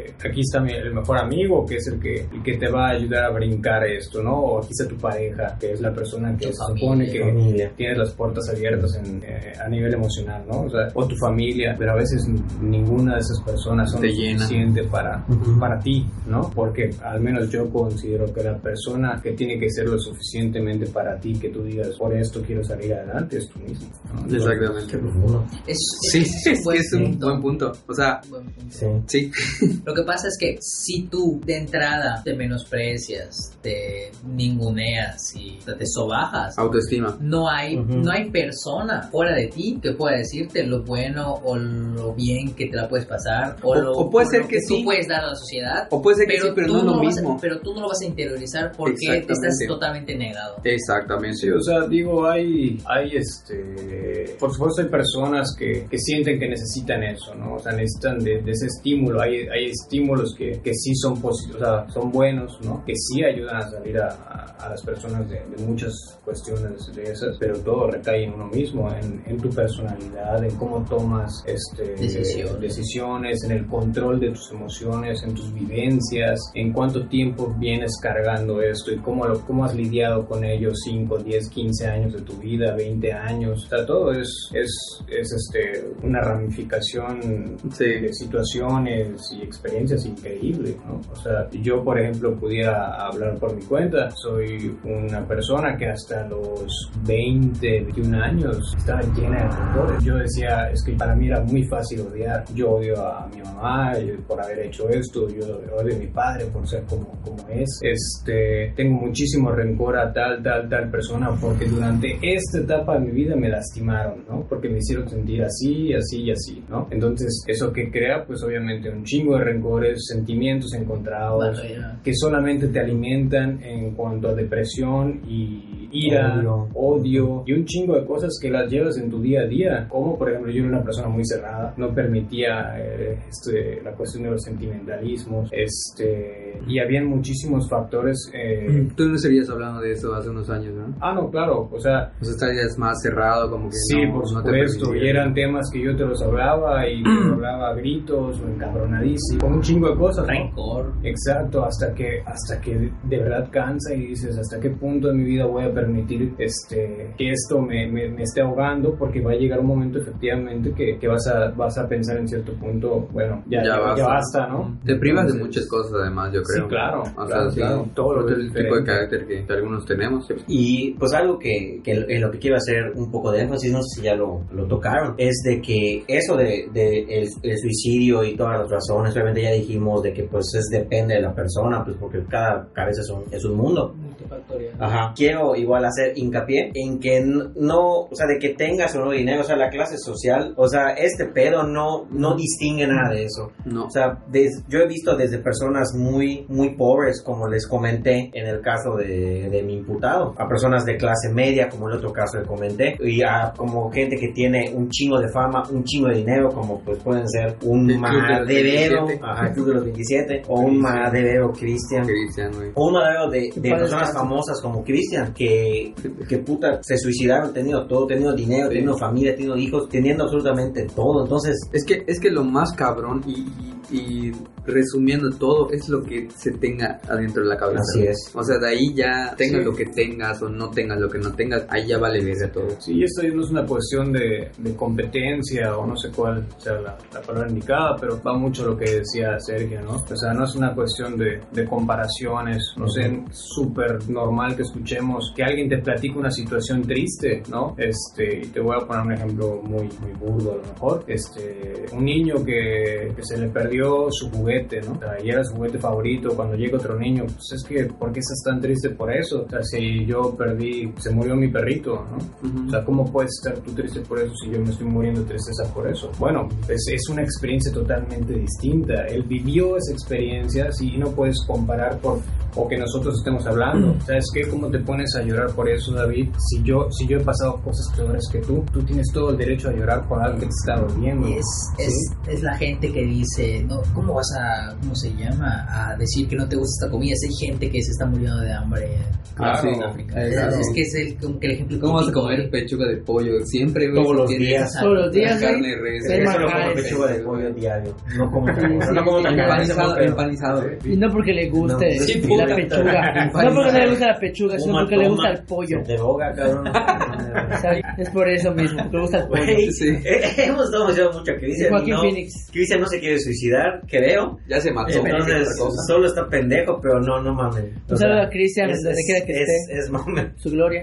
[SPEAKER 6] este, aquí está mi- el mejor amigo, que es el que, el que te va a ayudar a brincar esto, ¿no? O aquí está tu pareja, que es la persona que
[SPEAKER 2] Tu
[SPEAKER 6] se
[SPEAKER 2] familia.
[SPEAKER 6] supone que tienes las puertas abiertas en, eh, a nivel emocional, ¿no? O, sea, o tu familia, pero a veces n- ninguna de esas personas son
[SPEAKER 4] Te llena.
[SPEAKER 6] suficiente para,
[SPEAKER 5] Ujú.
[SPEAKER 6] para ti, ¿no? Porque al menos yo considero que la persona que tiene que ser lo suficientemente para ti, que tú digas, por esto quiero salir adelante, es tú mismo. ¿no? Entonces,
[SPEAKER 4] Exactamente.
[SPEAKER 5] profundo.
[SPEAKER 2] Es,
[SPEAKER 4] Sí,
[SPEAKER 2] es
[SPEAKER 4] es, que es un
[SPEAKER 2] punto.
[SPEAKER 4] buen punto. O sea,
[SPEAKER 2] Buen punto.
[SPEAKER 5] Sí.
[SPEAKER 4] sí.
[SPEAKER 2] Lo que pasa es que si tú de entrada te menosprecias, te ninguneas y te sobajas,
[SPEAKER 4] Autoestima.
[SPEAKER 2] no hay,
[SPEAKER 5] Ujú.
[SPEAKER 2] no hay persona fuera de ti que pueda decirte lo bueno o lo bien que te la puedes pasar o,
[SPEAKER 4] O-
[SPEAKER 2] lo,
[SPEAKER 4] o puede
[SPEAKER 2] o
[SPEAKER 4] ser
[SPEAKER 2] lo
[SPEAKER 4] que sí.
[SPEAKER 2] tú puedes dar a la sociedad.
[SPEAKER 4] O puede ser que sí, pero
[SPEAKER 2] tú
[SPEAKER 4] no es lo
[SPEAKER 2] vas a-
[SPEAKER 4] mismo.
[SPEAKER 2] pero tú no lo vas a interiorizar porque te estás
[SPEAKER 4] Exactamente.
[SPEAKER 2] totalmente negado.
[SPEAKER 6] Sí,
[SPEAKER 4] Exactamente.
[SPEAKER 6] o sea, digo, hay, hay este, por supuesto hay personas que, que sienten que necesitan eso, ¿no? O sea, necesitan de, de ese estímulo, hay, hay estímulos que, que sí son positivos, o sea, son buenos, ¿no? Que sí ayudan a salir a, a- a las personas de, de muchas cuestiones de esas, pero todo recae en uno mismo, en, en tu personalidad, en cómo tomas este,
[SPEAKER 2] Decisiones.
[SPEAKER 6] decisiones, en el control de tus emociones, en tus vivencias, en cuánto tiempo vienes cargando esto y cómo, lo, cómo has lidiado con ello 5, 10, 15 años de tu vida, 20 años. O sea, todo es, es, es este, una ramificación
[SPEAKER 4] Sí.
[SPEAKER 6] de eh, situaciones y experiencias increíbles, ¿no? O sea, yo, por ejemplo, pudiera hablar por mi cuenta. Soy una persona que hasta los 20, 21 años estaba llena de rencores. Yo decía, es que para mí era muy fácil odiar. Yo odio a mi mamá yo- por haber hecho esto, yo odio a mi padre por ser como, como es. Este, tengo muchísimo rencor a tal, tal, tal persona porque durante esta etapa de mi vida me lastimaron, ¿no? Porque me hicieron sentir así, así y así, ¿no? Entonces, eso que crea, pues obviamente un chingo de rencores, sentimientos encontrados,
[SPEAKER 2] Barrera.
[SPEAKER 6] que solamente te alimentan en cuanto a depresión y ira,
[SPEAKER 5] Odio.
[SPEAKER 6] odio. y un chingo de cosas que las llevas en tu día a día. Como por ejemplo yo era una persona muy cerrada, no permitía eh, este, la cuestión de los sentimentalismos, este, y habían muchísimos factores. eh,
[SPEAKER 4] Tú no estarías hablando de eso hace unos años, ¿no?
[SPEAKER 6] Ah, no, claro, o sea,
[SPEAKER 4] O sea, estarías más cerrado, como que
[SPEAKER 6] Sí,
[SPEAKER 4] no,
[SPEAKER 6] por
[SPEAKER 4] no te
[SPEAKER 6] supuesto.
[SPEAKER 4] permitía.
[SPEAKER 6] y eran temas que yo te los hablaba y te los hablaba a gritos o encabronadísimo, con un chingo de cosas. ¿no?
[SPEAKER 2] Rencor.
[SPEAKER 6] Exacto, hasta que, hasta que de verdad cansa y dices, ¿hasta qué punto de mi vida voy a permitir este, que esto me, me- me esté ahogando? Porque va a llegar un momento efectivamente que, que vas, a, vas a pensar en cierto punto, bueno, ya, ya, ya basta. ¿no?
[SPEAKER 4] Te privas de
[SPEAKER 6] Entonces,
[SPEAKER 4] muchas cosas, además, yo creo.
[SPEAKER 6] Sí, claro,
[SPEAKER 4] O sea,
[SPEAKER 6] claro,
[SPEAKER 4] sí,
[SPEAKER 6] claro.
[SPEAKER 4] todo lo que el tipo de
[SPEAKER 6] Diferente.
[SPEAKER 4] carácter que, que algunos tenemos. sí.
[SPEAKER 5] Y pues algo que, que en lo que quiero hacer un poco de énfasis, no sé si ya lo, lo tocaron, es de que eso de, de el, el suicidio y todas las razones, obviamente ya dijimos de que pues es depende de la persona, pues porque cada cabeza es un, es un mundo.
[SPEAKER 2] Multifactorial.
[SPEAKER 5] Ajá. Quiero igual hacer hincapié en que n- no, o sea, de que tengas o no dinero, o sea, la clase social, o sea, este pedo no, no distingue nada de eso.
[SPEAKER 4] No.
[SPEAKER 5] O sea, des- yo he visto desde personas muy, muy pobres, como les comenté en el caso de, de mi imputado, a personas de clase media, como el otro caso que comenté, y a como gente que tiene un chingo de fama, un chingo de dinero, como pues pueden ser un
[SPEAKER 4] El club de los
[SPEAKER 5] maderero,
[SPEAKER 4] 27.
[SPEAKER 5] ajá, el club de los 27, o un maderero Cristian.
[SPEAKER 4] Cristian, güey.
[SPEAKER 5] O un modelo de, de
[SPEAKER 3] Padre
[SPEAKER 5] personas
[SPEAKER 3] Santo.
[SPEAKER 5] famosas como Cristian, que, que puta, se suicidaron teniendo todo, teniendo dinero,
[SPEAKER 4] Sí.
[SPEAKER 5] teniendo familia, teniendo hijos, teniendo absolutamente todo. Entonces,
[SPEAKER 4] Es que, es que lo más cabrón y, y- y resumiendo todo es lo que se tenga adentro de la cabeza.
[SPEAKER 5] Así es.
[SPEAKER 4] O sea, de ahí ya tengas
[SPEAKER 6] Sí.
[SPEAKER 4] lo que tengas o no tengas lo que no tengas, ahí ya vale verga todo.
[SPEAKER 6] Sí, esto no es una cuestión de, de competencia o no sé cuál sea la, la palabra indicada, pero va mucho lo que decía Sergio, ¿no? O sea, no es una cuestión de, de comparaciones, no sé, súper normal que escuchemos que alguien te platique una situación triste, ¿no? Este, y te voy a poner un ejemplo muy, muy burdo a lo mejor, este, un niño que, que se le perdió su juguete, ¿no? O sea, y era su juguete favorito, cuando llega otro niño, pues es que, ¿por qué estás tan triste por eso? O sea, si yo perdí, se murió mi perrito, ¿no? O sea, ¿cómo puedes estar tú triste por eso si yo me estoy muriendo de tristeza por eso? Bueno, es, es una experiencia totalmente distinta. Él vivió esa experiencia sí, y no puedes comparar por o que nosotros estemos hablando. ¿Sabes qué? ¿Cómo te pones a llorar por eso, David? Si yo, si yo he pasado cosas peores que tú, tú tienes todo el derecho a llorar por algo que te está doliendo.
[SPEAKER 2] Es, es, es la gente que dice, no, ¿cómo vas a, cómo se llama, a decir que no te gusta esta comida? Si hay gente que se está muriendo de hambre.
[SPEAKER 4] Ah, sí.
[SPEAKER 2] en África.
[SPEAKER 4] Eh,
[SPEAKER 2] Es,
[SPEAKER 4] claro.
[SPEAKER 2] es que es el, como que el ejemplo
[SPEAKER 4] ¿Cómo vas a
[SPEAKER 2] típico,
[SPEAKER 4] comer pechuga de pollo? Siempre, güey.
[SPEAKER 5] Todos
[SPEAKER 4] si
[SPEAKER 5] los
[SPEAKER 4] tienes
[SPEAKER 5] días.
[SPEAKER 2] Exacto.
[SPEAKER 3] Todos los días, güey.
[SPEAKER 4] Carne, res.
[SPEAKER 3] Sí,
[SPEAKER 5] Eso lo
[SPEAKER 3] Ajá,
[SPEAKER 5] como
[SPEAKER 3] ese.
[SPEAKER 5] pechuga de pollo diario. No como tan no como tan
[SPEAKER 4] Empanizado,
[SPEAKER 5] pero-
[SPEAKER 4] empanizado. güey.
[SPEAKER 3] Y no porque le guste
[SPEAKER 5] No, sí,
[SPEAKER 3] la
[SPEAKER 5] puta.
[SPEAKER 3] pechuga. No porque no le gusta la pechuga, sino
[SPEAKER 5] Fuma,
[SPEAKER 3] porque le gusta
[SPEAKER 5] toma,
[SPEAKER 3] el pollo.
[SPEAKER 5] se Te boga, cabrón.
[SPEAKER 3] O sea, es por eso mismo, porque le gusta el pollo.
[SPEAKER 5] Güey,
[SPEAKER 4] Sí.
[SPEAKER 5] eh, hemos estado mucho mucho que dice
[SPEAKER 3] Joaquín
[SPEAKER 5] no,
[SPEAKER 3] Phoenix.
[SPEAKER 5] que dice no se quiere suicidar, creo.
[SPEAKER 4] Ya se mató.
[SPEAKER 5] Entonces,
[SPEAKER 4] otra cosa.
[SPEAKER 5] solo está pendejo, pero no, no mames.
[SPEAKER 3] Un saludo a Cristian, donde quiera que
[SPEAKER 5] es,
[SPEAKER 3] esté.
[SPEAKER 5] Es mame.
[SPEAKER 3] Su gloria.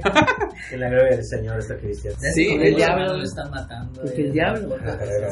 [SPEAKER 5] Que la gloria del Señor está Cristian.
[SPEAKER 2] ¿sabes?
[SPEAKER 4] Sí,
[SPEAKER 2] Como
[SPEAKER 4] el
[SPEAKER 2] los
[SPEAKER 3] diablo.
[SPEAKER 2] hermanos lo están matando.
[SPEAKER 3] Porque
[SPEAKER 2] eh.
[SPEAKER 3] el diablo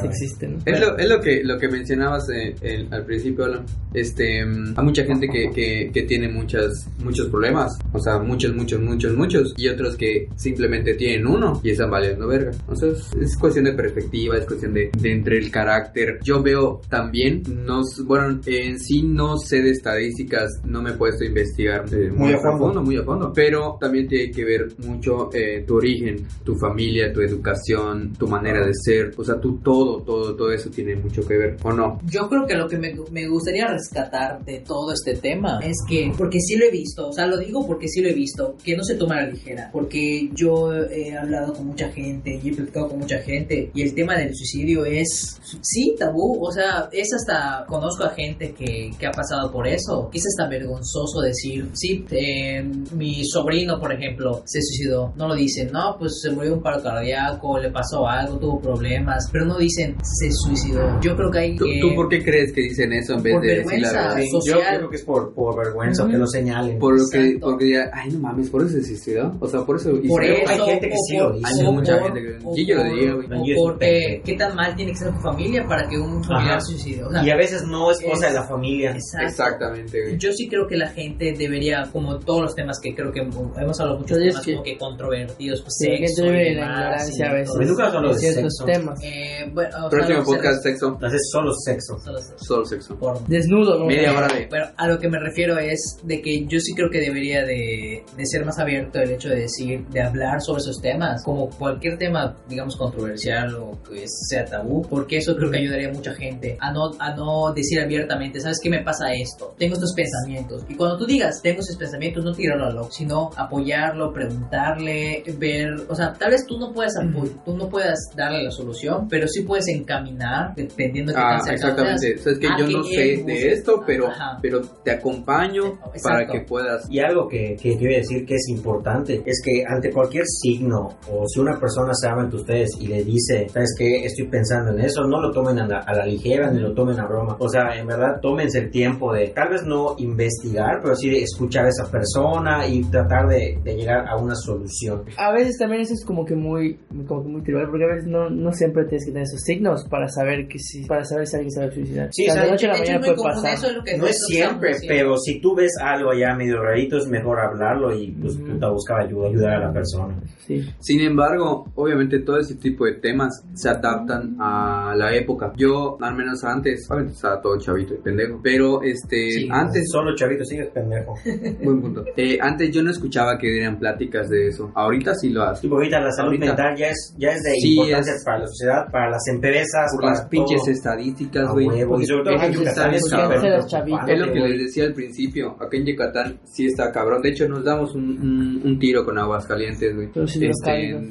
[SPEAKER 3] sí existe, ¿no?
[SPEAKER 4] Es lo, es lo que lo que mencionabas eh, el- al principio, Alan. Este, mm, hay mucha gente que, que, que tiene muchas muchos problemas, o sea, muchos muchos muchos muchos y otros que simplemente tienen uno y están valiendo verga. O sea, es, es cuestión de perspectiva, es cuestión de, de entre el carácter. Yo veo también, no s- bueno, en sí no sé de estadísticas, no me he puesto a investigar eh,
[SPEAKER 5] Muy a fondo.
[SPEAKER 4] profundo, muy a fondo, pero también tiene que ver mucho eh, tu origen, tu familia, tu educación, tu manera de ser, o sea, tú todo, todo, todo eso tiene mucho que ver, ¿o no?
[SPEAKER 2] Yo creo que lo que me, me gustaría rescatar de todo este tema es que, porque sí lo he visto, o sea, lo digo porque sí lo he visto, que no se toma a la ligera, porque yo he hablado con mucha gente y he platicado con mucha gente y el tema del suicidio es, sí, tabú, o sea, es hasta, conozco a gente que, que ha pasado por eso, es hasta vergonzoso decir, sí, eh, mi sobrino, por ejemplo, se suicidó, no lo dicen, no, pues se murió de un paro cardíaco, le pasó algo, tuvo problemas, pero no dicen, se suicidó. Yo creo que hay
[SPEAKER 4] ¿Tú,
[SPEAKER 2] que...
[SPEAKER 4] tú por qué crees que dicen eso en vez
[SPEAKER 2] por
[SPEAKER 4] de decir la
[SPEAKER 2] vergüenza.
[SPEAKER 4] verdad?
[SPEAKER 5] Sí, yo
[SPEAKER 2] social.
[SPEAKER 5] creo que es por, por vergüenza
[SPEAKER 2] Ujú.
[SPEAKER 5] que lo señalen.
[SPEAKER 4] Por lo que,
[SPEAKER 2] Exacto.
[SPEAKER 4] porque ya, ay, no mames, por eso se suicidó, o sea, por eso...
[SPEAKER 2] por
[SPEAKER 4] hicieron-
[SPEAKER 2] eso,
[SPEAKER 5] hay gente que
[SPEAKER 2] o
[SPEAKER 5] sí
[SPEAKER 2] por-
[SPEAKER 5] lo dice.
[SPEAKER 4] Hay
[SPEAKER 2] o
[SPEAKER 4] mucha
[SPEAKER 2] por-
[SPEAKER 4] gente que-
[SPEAKER 2] o
[SPEAKER 4] y yo lo
[SPEAKER 2] por-
[SPEAKER 4] diría, güey.
[SPEAKER 2] o
[SPEAKER 5] Y es un
[SPEAKER 2] por, eh,
[SPEAKER 5] pendejo.
[SPEAKER 2] qué tan mal tiene que ser tu familia para que un
[SPEAKER 5] Ajá.
[SPEAKER 2] familiar se suicide. O sea,
[SPEAKER 5] Y a veces no es cosa
[SPEAKER 2] Es-
[SPEAKER 5] de la familia.
[SPEAKER 2] exacto.
[SPEAKER 4] Exactamente, güey.
[SPEAKER 2] Yo sí creo que la gente debería, como todos los temas que creo que hemos hablado muchos
[SPEAKER 3] Sí, es
[SPEAKER 2] temas
[SPEAKER 3] que-
[SPEAKER 2] como que controvertidos, pues,
[SPEAKER 3] Sí, la gente
[SPEAKER 2] sexo
[SPEAKER 3] vive
[SPEAKER 2] y
[SPEAKER 3] en la
[SPEAKER 2] demás,
[SPEAKER 3] ignorancia
[SPEAKER 2] y
[SPEAKER 3] a veces.
[SPEAKER 5] Me nunca hablo de
[SPEAKER 3] ciertos
[SPEAKER 5] sexo.
[SPEAKER 3] temas.
[SPEAKER 2] Eh, bueno, o sea,
[SPEAKER 4] Próximo
[SPEAKER 2] no sé,
[SPEAKER 4] podcast, sexo,
[SPEAKER 5] Entonces, solo sexo.
[SPEAKER 2] solo sexo,
[SPEAKER 4] solo sexo.
[SPEAKER 2] porno.
[SPEAKER 3] Desnudo, ¿no?
[SPEAKER 4] Media hora de...
[SPEAKER 2] Pero a lo que me refiero es de que yo sí creo que debería de, de ser más abierto el hecho de decir, de hablar sobre esos temas, como cualquier tema, digamos, controversial o que sea tabú, porque eso creo que ayudaría a mucha gente a no, a no decir abiertamente, ¿sabes qué me pasa esto? Tengo estos pensamientos. Y cuando tú digas, tengo esos pensamientos, no tirarlo a loco, sino apoyarlo, preguntarle, ver, o sea, tal vez tú no puedas apo- tú no puedas darle la solución, pero sí puedes encaminar dependiendo de qué
[SPEAKER 4] Ah,
[SPEAKER 2] tan cercano
[SPEAKER 4] exactamente.
[SPEAKER 2] seas,
[SPEAKER 4] O sea, es que
[SPEAKER 2] a
[SPEAKER 4] yo no
[SPEAKER 2] que
[SPEAKER 4] sé
[SPEAKER 2] él
[SPEAKER 4] de
[SPEAKER 2] busque.
[SPEAKER 4] esto, pero,
[SPEAKER 2] Ajá.
[SPEAKER 4] pero te acompaño
[SPEAKER 2] Exacto.
[SPEAKER 4] para que puedas.
[SPEAKER 5] Y algo que, que quiero decir que es importante es que ante cualquier signo o si una persona se habla ante ustedes y le dice, ¿sabes qué? Estoy pensando en eso, no lo tomen a la, a la ligera ni lo tomen a broma. O sea, en verdad, tómense el tiempo de tal vez no investigar, pero sí de escuchar a esa persona y tratar de, de llegar a una solución.
[SPEAKER 3] A veces también eso es como que muy como que muy tribal, porque a veces no, no siempre tienes que tener esos signos para saber que sí, para saber si alguien se va a suicidar.
[SPEAKER 5] Sí,
[SPEAKER 3] O sea,
[SPEAKER 5] o sea,
[SPEAKER 3] de noche a la
[SPEAKER 2] De hecho,
[SPEAKER 3] mañana
[SPEAKER 2] es muy
[SPEAKER 3] puede
[SPEAKER 2] común,
[SPEAKER 3] pasar.
[SPEAKER 2] eso es lo que-
[SPEAKER 5] No es
[SPEAKER 2] eso que estamos
[SPEAKER 5] siempre,
[SPEAKER 2] diciendo.
[SPEAKER 5] pero si tú ves algo allá medio rarito, es mejor hablarlo y pues
[SPEAKER 3] Ujú.
[SPEAKER 5] puta, buscar ayuda, ayudar a la persona.
[SPEAKER 3] Sí.
[SPEAKER 4] Sin embargo, obviamente todo ese tipo de temas se adaptan a la época. Yo, al menos antes, obviamente estaba todo chavito y pendejo, pero este,
[SPEAKER 2] Sí,
[SPEAKER 4] antes,
[SPEAKER 5] Solo chavito, sigues pendejo.
[SPEAKER 4] buen punto. Eh, antes yo no escuchaba que dieran pláticas de eso. Ahorita sí lo hacen.
[SPEAKER 5] Tipo, ahorita la salud
[SPEAKER 4] Ahorita.
[SPEAKER 5] mental ya es, ya es de
[SPEAKER 4] Sí,
[SPEAKER 5] importancia
[SPEAKER 4] es-
[SPEAKER 5] para la sociedad, para las empresas,
[SPEAKER 4] Por
[SPEAKER 5] para
[SPEAKER 4] las pinches
[SPEAKER 5] todo.
[SPEAKER 4] estadísticas,
[SPEAKER 5] A
[SPEAKER 4] güey.
[SPEAKER 5] huevo, y sobre todo
[SPEAKER 4] Porque
[SPEAKER 5] en Yucatán
[SPEAKER 4] están
[SPEAKER 5] es
[SPEAKER 4] escabrón.
[SPEAKER 5] súper
[SPEAKER 3] Los chavitos,
[SPEAKER 5] preocupante,
[SPEAKER 4] Es lo que
[SPEAKER 5] güey.
[SPEAKER 4] les decía al principio, acá en Yucatán sí está cabrón. De hecho, nos damos un, un- un tiro con aguas calientes, güey. Este,
[SPEAKER 3] Pero sí, los cálidos.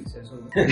[SPEAKER 4] es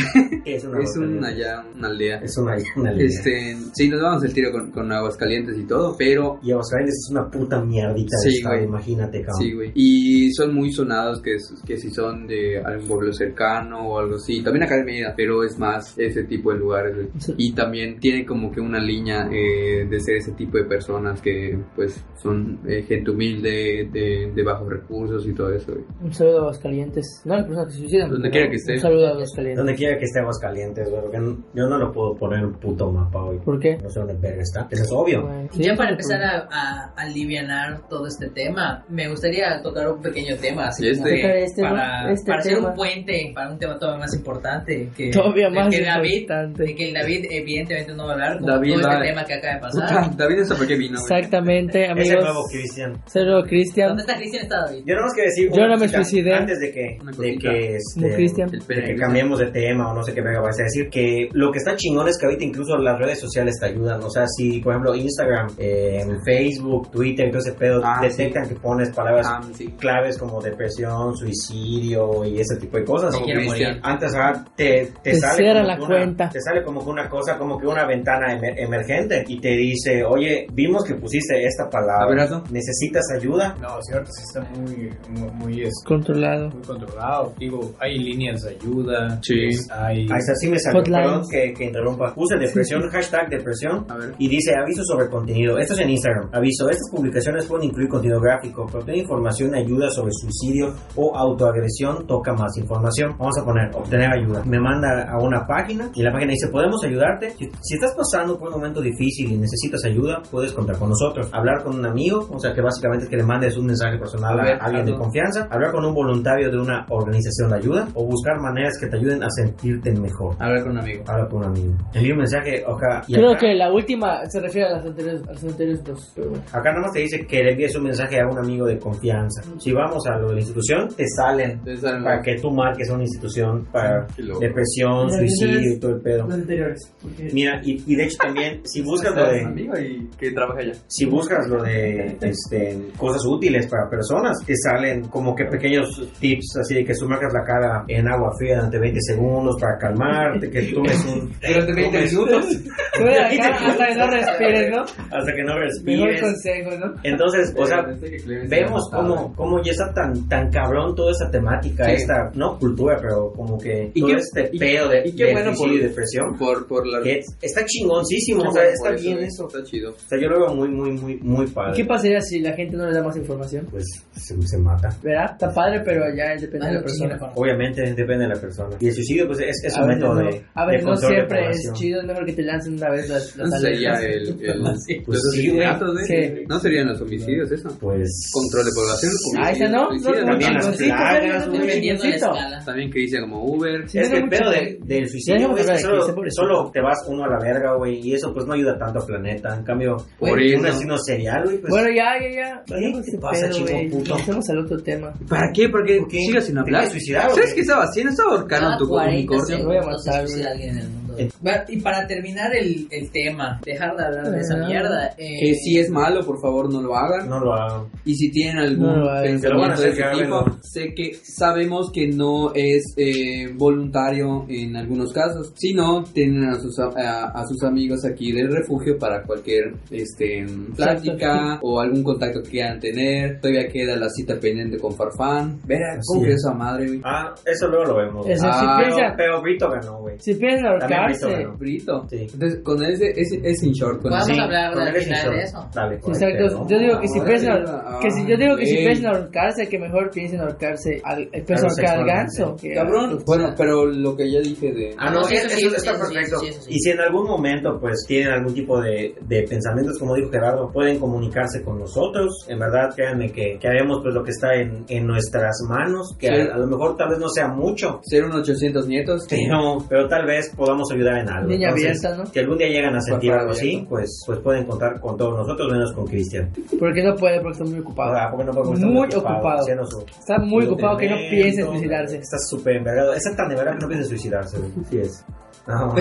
[SPEAKER 5] es una,
[SPEAKER 4] un allá, una aldea.
[SPEAKER 5] Es una, una línea.
[SPEAKER 4] Este, sí, nos damos el tiro con, con aguas calientes y todo, pero
[SPEAKER 5] Y Aguascalientes es una puta mierdita
[SPEAKER 4] Sí,
[SPEAKER 5] de estado,
[SPEAKER 4] güey.
[SPEAKER 5] imagínate, cabrón.
[SPEAKER 4] sí, güey. Y son muy sonados que, es- que si son de algún pueblo cercano o algo así. También acá en Mérida, pero es más ese tipo de lugares, güey.
[SPEAKER 3] Sí.
[SPEAKER 4] Y también tiene como que una línea eh, de ser ese tipo de personas que, pues, son eh, gente humilde, de, de bajos recursos y todo eso, güey.
[SPEAKER 3] Un saludo a los calientes. No a las personas que se suicidan.
[SPEAKER 4] Donde
[SPEAKER 3] pero
[SPEAKER 4] quiera que esté.
[SPEAKER 3] Un saludo a los calientes.
[SPEAKER 5] Donde quiera que esté Aguascalientes, güey, porque no- yo no lo puedo poner en un puto mapa hoy.
[SPEAKER 3] ¿Por qué?
[SPEAKER 5] No sé dónde verga está. Eso es obvio.
[SPEAKER 3] Bueno,
[SPEAKER 2] Y ya
[SPEAKER 3] sí, pues
[SPEAKER 2] para
[SPEAKER 3] sí,
[SPEAKER 2] empezar
[SPEAKER 3] sí.
[SPEAKER 2] a, a alivianar todo este tema, me gustaría tocar un pequeño tema, así
[SPEAKER 4] Y
[SPEAKER 2] como
[SPEAKER 4] este-
[SPEAKER 2] que
[SPEAKER 3] Este,
[SPEAKER 2] para,
[SPEAKER 3] ¿no? Este
[SPEAKER 2] para hacer un
[SPEAKER 3] tema.
[SPEAKER 2] puente, para un tema todavía más importante, que,
[SPEAKER 3] Todavía
[SPEAKER 2] del
[SPEAKER 3] más
[SPEAKER 2] que David,
[SPEAKER 3] importante.
[SPEAKER 2] de que el David evidentemente no va a hablar, como
[SPEAKER 4] David
[SPEAKER 2] todo
[SPEAKER 4] va-
[SPEAKER 2] este tema que acaba de pasar.
[SPEAKER 4] Puta, David no sabe por qué vino, güey.
[SPEAKER 3] Exactamente,
[SPEAKER 5] Es el
[SPEAKER 3] amigos.
[SPEAKER 5] nuevo Cristian.
[SPEAKER 3] Saludo a
[SPEAKER 2] ¿Dónde
[SPEAKER 3] Cristian.
[SPEAKER 2] está Cristian? Está David.
[SPEAKER 5] Yo no más que decir.
[SPEAKER 3] Yo
[SPEAKER 5] una
[SPEAKER 3] no me
[SPEAKER 5] cosita
[SPEAKER 3] suicidé.
[SPEAKER 5] Antes de que,
[SPEAKER 4] Una
[SPEAKER 5] de
[SPEAKER 4] cosita.
[SPEAKER 5] que, este,
[SPEAKER 3] Como Cristian.
[SPEAKER 5] de
[SPEAKER 4] El
[SPEAKER 5] que
[SPEAKER 4] peregrino.
[SPEAKER 5] cambiemos de tema o no sé qué venga, vas a decir que lo que está chingón es que ahorita incluso las redes sociales te ayudan. O sea, si por ejemplo Instagram, eh, Facebook, Twitter, todo ese pedo,
[SPEAKER 4] Ah,
[SPEAKER 5] detectan que pones palabras
[SPEAKER 4] Ah, sí.
[SPEAKER 5] claves como depresión, suicidio y ese tipo de cosas.
[SPEAKER 2] Me
[SPEAKER 4] Como
[SPEAKER 2] quiero
[SPEAKER 4] Cristian.
[SPEAKER 2] morir.
[SPEAKER 5] Antes ah, te, te,
[SPEAKER 3] Te
[SPEAKER 5] sale
[SPEAKER 3] cierra
[SPEAKER 5] como
[SPEAKER 3] la
[SPEAKER 5] que
[SPEAKER 3] cuenta.
[SPEAKER 5] Te sale como que una cosa, como que una ventana emer- emergente y te dice, oye, vimos que pusiste esta palabra.
[SPEAKER 4] A ver, hazlo.
[SPEAKER 5] ¿Necesitas ayuda?
[SPEAKER 6] No, cierto, sí está muy, muy, muy, es-
[SPEAKER 3] Controlado.
[SPEAKER 6] muy controlado. Digo, hay líneas de ayuda.
[SPEAKER 4] Sí.
[SPEAKER 6] Hay...
[SPEAKER 5] Ahí está, sí me salió.
[SPEAKER 3] Hotline.
[SPEAKER 5] Perdón que, que interrumpa. Puse depresión, hashtag depresión.
[SPEAKER 4] A ver.
[SPEAKER 5] Y dice aviso sobre contenido. Esto es en Instagram. Aviso. Estas publicaciones pueden incluir contenido gráfico. Obtener información y ayuda sobre suicidio o autoagresión. Toca más información. Vamos a poner obtener ayuda. Me manda a una página y la página dice podemos ayudarte. Si, si estás pasando por un momento difícil y necesitas ayuda, puedes contar con nosotros. Hablar con un amigo, o sea que básicamente es que le mandes un mensaje personal
[SPEAKER 4] A
[SPEAKER 5] a,
[SPEAKER 4] ver,
[SPEAKER 5] alguien de
[SPEAKER 4] hazlo.
[SPEAKER 5] confianza. Hablar con un voluntario de una organización de ayuda o buscar maneras que te ayuden a sentirte mejor.
[SPEAKER 4] Hablar con un amigo.
[SPEAKER 5] Habla con un amigo. Envía un mensaje, ojalá. y
[SPEAKER 3] Creo
[SPEAKER 5] acá-
[SPEAKER 3] que la última se refiere a las anteriores, a las anteriores dos. Pero bueno.
[SPEAKER 5] Acá nomás te dice que le envíes un mensaje a un amigo de confianza. Si vamos a lo de la institución, te salen
[SPEAKER 4] Entonces, algo-
[SPEAKER 5] para que tú marques una institución para
[SPEAKER 4] Qué loco.
[SPEAKER 5] depresión,
[SPEAKER 3] Las
[SPEAKER 5] suicidio y
[SPEAKER 3] veces-
[SPEAKER 5] todo el pedo.
[SPEAKER 3] Las anteriores. porque-
[SPEAKER 5] Mira, y, y de hecho también, si buscas lo
[SPEAKER 4] Hablar con un
[SPEAKER 5] de,
[SPEAKER 4] amigo y que trabaja allá.
[SPEAKER 5] si buscas lo de este, cosas útiles para personas, te salen como que pequeños tips, así de que tú marcas la cara en agua fría durante 20 segundos para calmarte, que tomes un...
[SPEAKER 4] Durante 20
[SPEAKER 5] tomes-
[SPEAKER 4] minutos.
[SPEAKER 3] Sube la cara hasta que no respires, ¿no?
[SPEAKER 5] Hasta que no
[SPEAKER 3] Mejor
[SPEAKER 5] respires.
[SPEAKER 3] consejo, ¿no?
[SPEAKER 5] Entonces, o sea,
[SPEAKER 4] Pensé este, que Clemente
[SPEAKER 5] vemos
[SPEAKER 4] era matado.
[SPEAKER 5] cómo, cómo ya está tan, tan cabrón toda esa temática,
[SPEAKER 4] Sí.
[SPEAKER 5] esta, no cultura, pero como que
[SPEAKER 4] Y
[SPEAKER 5] todo
[SPEAKER 4] qué-
[SPEAKER 5] este
[SPEAKER 4] y-
[SPEAKER 5] pedo de,
[SPEAKER 4] y qué
[SPEAKER 5] de
[SPEAKER 4] bueno
[SPEAKER 5] suicidio
[SPEAKER 4] por-
[SPEAKER 5] y depresión,
[SPEAKER 4] Por, por la...
[SPEAKER 5] que está chingoncísimo,
[SPEAKER 4] Qué
[SPEAKER 5] o sea,
[SPEAKER 4] bueno
[SPEAKER 5] está
[SPEAKER 4] por
[SPEAKER 5] bien
[SPEAKER 4] eh.
[SPEAKER 5] eso.
[SPEAKER 4] Está chido.
[SPEAKER 5] O sea, yo lo veo muy, muy, muy, muy padre.
[SPEAKER 3] ¿Qué pasaría si la gente no le da más información?
[SPEAKER 5] Pues se, se mata.
[SPEAKER 3] ¿Verdad? Está padre, pero ya depende de la persona.
[SPEAKER 5] Obviamente depende de la persona. Y el suicidio, pues es, es
[SPEAKER 3] a
[SPEAKER 5] un
[SPEAKER 3] veces
[SPEAKER 5] método
[SPEAKER 3] no,
[SPEAKER 5] de.
[SPEAKER 3] a veces
[SPEAKER 5] de
[SPEAKER 3] no
[SPEAKER 5] control de
[SPEAKER 3] siempre es
[SPEAKER 5] población.
[SPEAKER 3] chido, es mejor que te lancen una vez las,
[SPEAKER 4] No
[SPEAKER 3] las
[SPEAKER 4] sería
[SPEAKER 3] alertas.
[SPEAKER 4] el, el- los
[SPEAKER 5] Pues sí, güey.
[SPEAKER 4] asesinatos, güey.
[SPEAKER 3] Sí.
[SPEAKER 4] No serían los homicidios, eso.
[SPEAKER 5] Pues.
[SPEAKER 4] Control de población.
[SPEAKER 3] Ah, esa no, no,
[SPEAKER 4] homicidio,
[SPEAKER 3] no,
[SPEAKER 4] también,
[SPEAKER 5] también las
[SPEAKER 3] chingoncito,
[SPEAKER 5] plagas,
[SPEAKER 3] pero no
[SPEAKER 5] un
[SPEAKER 2] Dependiendo
[SPEAKER 3] tiene
[SPEAKER 2] de la
[SPEAKER 3] chingoncito.
[SPEAKER 2] escala.
[SPEAKER 4] también que dicen como Uber.
[SPEAKER 3] Sí,
[SPEAKER 5] es que
[SPEAKER 3] tiene
[SPEAKER 5] el
[SPEAKER 3] mucho-
[SPEAKER 5] pedo de- del
[SPEAKER 3] Ya
[SPEAKER 5] suicidio
[SPEAKER 3] dejamos
[SPEAKER 5] es que
[SPEAKER 3] hablar de Cristian,
[SPEAKER 5] solo,
[SPEAKER 3] pobrecito.
[SPEAKER 5] solo te vas uno a la verga, güey, y eso pues no ayuda tanto al planeta. En cambio,
[SPEAKER 4] Por
[SPEAKER 5] güey, un
[SPEAKER 4] eso.
[SPEAKER 5] asesino serial, güey, pues...
[SPEAKER 3] Bueno, ya, ya, ya.
[SPEAKER 5] ¿Qué
[SPEAKER 3] Vayamos
[SPEAKER 5] te
[SPEAKER 3] de
[SPEAKER 5] pasa,
[SPEAKER 3] pedo,
[SPEAKER 5] chico
[SPEAKER 3] güey.
[SPEAKER 5] puto?
[SPEAKER 3] Pasemos al otro tema.
[SPEAKER 4] ¿Para qué? Porque
[SPEAKER 5] ¿Por qué?
[SPEAKER 4] sigas sin
[SPEAKER 5] ¿Te
[SPEAKER 4] hablar.
[SPEAKER 5] quieres suicidar, o
[SPEAKER 4] ¿Sabes
[SPEAKER 5] qué?
[SPEAKER 4] qué estaba haciendo? Estaba ahorcando
[SPEAKER 2] Cada
[SPEAKER 4] a tu
[SPEAKER 2] 40
[SPEAKER 4] unicornio.
[SPEAKER 3] segundos. Voy a
[SPEAKER 2] segundos se
[SPEAKER 3] matar,
[SPEAKER 2] suicida
[SPEAKER 3] güey.
[SPEAKER 2] alguien en el mundo. Va- Y para terminar el, el tema, dejar de hablar de esa
[SPEAKER 3] Ah.
[SPEAKER 2] mierda. eh,
[SPEAKER 4] Que si es malo, por favor, no lo hagan.
[SPEAKER 5] No lo hago.
[SPEAKER 4] Y si tienen algún
[SPEAKER 3] No, ay,
[SPEAKER 5] se lo van a
[SPEAKER 4] pensamiento de
[SPEAKER 5] hacer
[SPEAKER 4] ese
[SPEAKER 5] que
[SPEAKER 4] tipo,
[SPEAKER 5] háganlo.
[SPEAKER 4] sé que sabemos que no es eh, voluntario en algunos casos, sino tienen a sus, a, a sus amigos aquí del refugio para cualquier este plática o algún contacto que quieran tener. Todavía queda la cita pendiente con Farfán. Verá,
[SPEAKER 5] Así
[SPEAKER 4] ¿cómo que
[SPEAKER 5] es.
[SPEAKER 4] esa madre, güey?
[SPEAKER 5] Ah, eso luego lo vemos. güey.
[SPEAKER 3] Eso,
[SPEAKER 4] Ah,
[SPEAKER 3] si
[SPEAKER 5] pero,
[SPEAKER 3] piensan,
[SPEAKER 5] pero Brito ganó, güey.
[SPEAKER 3] si piensan
[SPEAKER 5] También
[SPEAKER 3] ahorcarse,
[SPEAKER 5] Víctor, ¿no?
[SPEAKER 4] Brito.
[SPEAKER 5] Sí.
[SPEAKER 4] Entonces, con ese es en short. Con
[SPEAKER 2] Vamos
[SPEAKER 4] ese-
[SPEAKER 2] a hablar
[SPEAKER 5] Con
[SPEAKER 2] de,
[SPEAKER 5] él
[SPEAKER 2] al
[SPEAKER 5] es
[SPEAKER 2] final de
[SPEAKER 5] insolente.
[SPEAKER 2] eso.
[SPEAKER 5] Dale, con
[SPEAKER 3] Exactos,
[SPEAKER 5] este,
[SPEAKER 3] yo
[SPEAKER 5] ¿no?
[SPEAKER 3] digo que si
[SPEAKER 4] Ahora
[SPEAKER 3] piensan
[SPEAKER 4] diga,
[SPEAKER 3] que si yo digo que si
[SPEAKER 4] ay,
[SPEAKER 3] piensan ahorcarse, que mejor piensen ahorcarse al eh, piensen
[SPEAKER 5] Claro,
[SPEAKER 3] ahorcar al
[SPEAKER 5] sexualmente.
[SPEAKER 3] ganso. que-
[SPEAKER 4] Cabrón. Bueno, pero lo que ya dije de...
[SPEAKER 5] Ah, no,
[SPEAKER 2] Sí,
[SPEAKER 5] eso,
[SPEAKER 2] sí,
[SPEAKER 5] eso
[SPEAKER 2] sí,
[SPEAKER 5] está
[SPEAKER 2] sí,
[SPEAKER 5] perfecto.
[SPEAKER 2] sí, sí, sí.
[SPEAKER 5] Y si en algún momento, pues, tienen algún tipo de, de pensamientos, como dijo Gerardo, pueden comunicarse con nosotros. En verdad, créanme que, que haremos, pues, lo que está en, en nuestras manos, que
[SPEAKER 4] Sí.
[SPEAKER 5] a, a lo mejor tal vez no sea mucho,
[SPEAKER 4] Ser un 800 nietos.
[SPEAKER 5] pero, pero tal vez podamos ayudar en algo.
[SPEAKER 3] Niña
[SPEAKER 5] Entonces,
[SPEAKER 3] abierta, ¿no?
[SPEAKER 5] Si algún día llegan a sentir algo así,
[SPEAKER 4] abierta.
[SPEAKER 5] pues, pues pueden contar con todos nosotros, menos con Cristian.
[SPEAKER 3] Porque no puede, porque está muy ocupado.
[SPEAKER 5] Ahora, ¿a poco no podemos estar
[SPEAKER 3] Muy ocupado.
[SPEAKER 5] haciendo su-
[SPEAKER 3] Está muy
[SPEAKER 5] su
[SPEAKER 3] ocupado que no
[SPEAKER 5] documento,
[SPEAKER 3] piensa en suicidarse.
[SPEAKER 5] Está súper envergado. Es tan envergado que no piensa en suicidarse. güey. Sí es. No,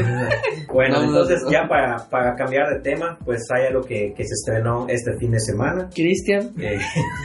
[SPEAKER 5] bueno,
[SPEAKER 4] No, no,
[SPEAKER 5] entonces
[SPEAKER 4] no.
[SPEAKER 5] ya para, para cambiar de tema, pues hay algo que, que se estrenó este fin de semana.
[SPEAKER 3] Cristian,
[SPEAKER 5] Eh,
[SPEAKER 3] no,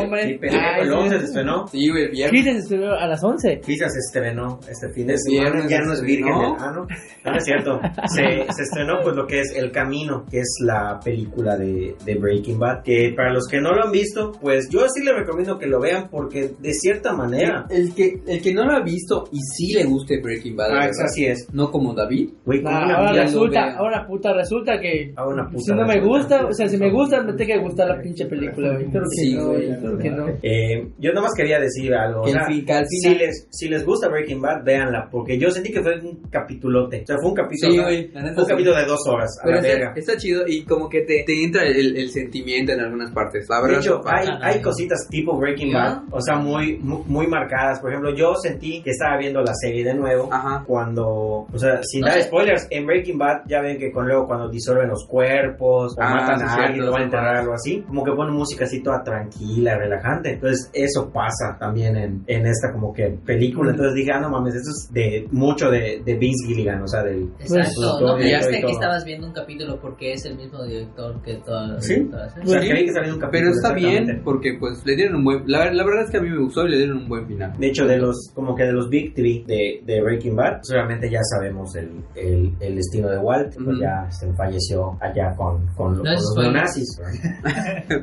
[SPEAKER 5] y
[SPEAKER 3] hombre.
[SPEAKER 5] pendejo,
[SPEAKER 3] Ay,
[SPEAKER 5] el 11 se
[SPEAKER 3] Dios.
[SPEAKER 5] estrenó.
[SPEAKER 4] Sí, güey, el viernes.
[SPEAKER 3] Cristian se estudió a las 11.
[SPEAKER 5] Quizás se estrenó este fin de
[SPEAKER 4] El
[SPEAKER 5] semana.
[SPEAKER 4] viernes
[SPEAKER 5] Ya
[SPEAKER 4] se
[SPEAKER 5] no es
[SPEAKER 4] estrenó.
[SPEAKER 5] virgen del ano. No, no es cierto. Se, se estrenó pues lo que es El Camino, que es la película de, de Breaking Bad. Que para los que no lo han visto, pues yo sí les recomiendo que lo vean porque de cierta manera...
[SPEAKER 4] El que, el que no lo ha visto y sí le guste Breaking Bad,
[SPEAKER 5] Ah,
[SPEAKER 4] ¿verdad? Ah,
[SPEAKER 5] es- así es.
[SPEAKER 4] no como David.
[SPEAKER 5] Güey, como
[SPEAKER 3] Nah,
[SPEAKER 5] una
[SPEAKER 3] ahora
[SPEAKER 4] mierda,
[SPEAKER 3] resulta,
[SPEAKER 4] güey.
[SPEAKER 3] ahora puta, resulta que
[SPEAKER 5] A una puta
[SPEAKER 3] si no me
[SPEAKER 5] resulta.
[SPEAKER 3] gusta, o sea, si me gusta, me tiene que gustar la pinche película, güey. Creo que
[SPEAKER 4] Sí,
[SPEAKER 3] no,
[SPEAKER 4] güey,
[SPEAKER 3] güey, creo que no.
[SPEAKER 5] Eh, yo nomás quería decir algo. o
[SPEAKER 4] Que al
[SPEAKER 5] sea,
[SPEAKER 4] fin- que al
[SPEAKER 5] si
[SPEAKER 4] final-
[SPEAKER 5] les, si les gusta Breaking Bad, véanla, porque yo sentí que fue un capitulote. O sea, fue un capítulo,
[SPEAKER 4] Sí, güey, la neta
[SPEAKER 5] fue un
[SPEAKER 4] sí.
[SPEAKER 5] capítulo de dos horas, a
[SPEAKER 4] Pero
[SPEAKER 5] la
[SPEAKER 4] está,
[SPEAKER 5] verga.
[SPEAKER 4] está chido y como que te, te entra el, el sentimiento en algunas partes, la
[SPEAKER 5] De
[SPEAKER 4] verdad.
[SPEAKER 5] hecho, hay,
[SPEAKER 2] Ah,
[SPEAKER 5] hay
[SPEAKER 2] no.
[SPEAKER 5] cositas tipo Breaking
[SPEAKER 2] ¿Ya?
[SPEAKER 5] Bad, o sea, muy, muy, muy marcadas. Por ejemplo, yo sentí que estaba viendo la serie de nuevo
[SPEAKER 4] Ajá.
[SPEAKER 5] cuando o, o sea, sin dar spoilers, en Breaking Bad ya ven que con luego cuando disuelven los cuerpos, o
[SPEAKER 4] Ah,
[SPEAKER 5] matan
[SPEAKER 4] sí,
[SPEAKER 5] a
[SPEAKER 4] cierto,
[SPEAKER 5] alguien, lo van a
[SPEAKER 4] los
[SPEAKER 5] enterrar,
[SPEAKER 4] humanos.
[SPEAKER 5] algo así, como que ponen música así toda tranquila, relajante. Entonces, eso pasa también en, en esta como que película. Entonces dije, ah, no mames, eso es de mucho de, de Vince Gilligan, o sea, del...
[SPEAKER 3] Pues,
[SPEAKER 2] Exacto,
[SPEAKER 5] todo
[SPEAKER 2] no
[SPEAKER 5] bien,
[SPEAKER 2] pensaste
[SPEAKER 5] todo y
[SPEAKER 2] que
[SPEAKER 5] todo.
[SPEAKER 2] estabas viendo un capítulo porque es el mismo director que todas las
[SPEAKER 5] Sí.
[SPEAKER 2] directoras, ¿eh?
[SPEAKER 5] O sea,
[SPEAKER 4] Sí.
[SPEAKER 5] creí que salía un capítulo.
[SPEAKER 4] Pero está bien
[SPEAKER 5] exactamente.
[SPEAKER 4] porque pues le dieron un buen... La, la verdad es que a mí me gustó y le dieron un buen final.
[SPEAKER 5] De hecho, de los, como que de los Big Three de, de Breaking Bad, solamente ya sabemos el, el, el destino de Walt, pues
[SPEAKER 4] Ujú.
[SPEAKER 5] ya este, falleció allá con, con,
[SPEAKER 2] No
[SPEAKER 5] con
[SPEAKER 2] es
[SPEAKER 5] los
[SPEAKER 2] spoiler.
[SPEAKER 5] neonazis.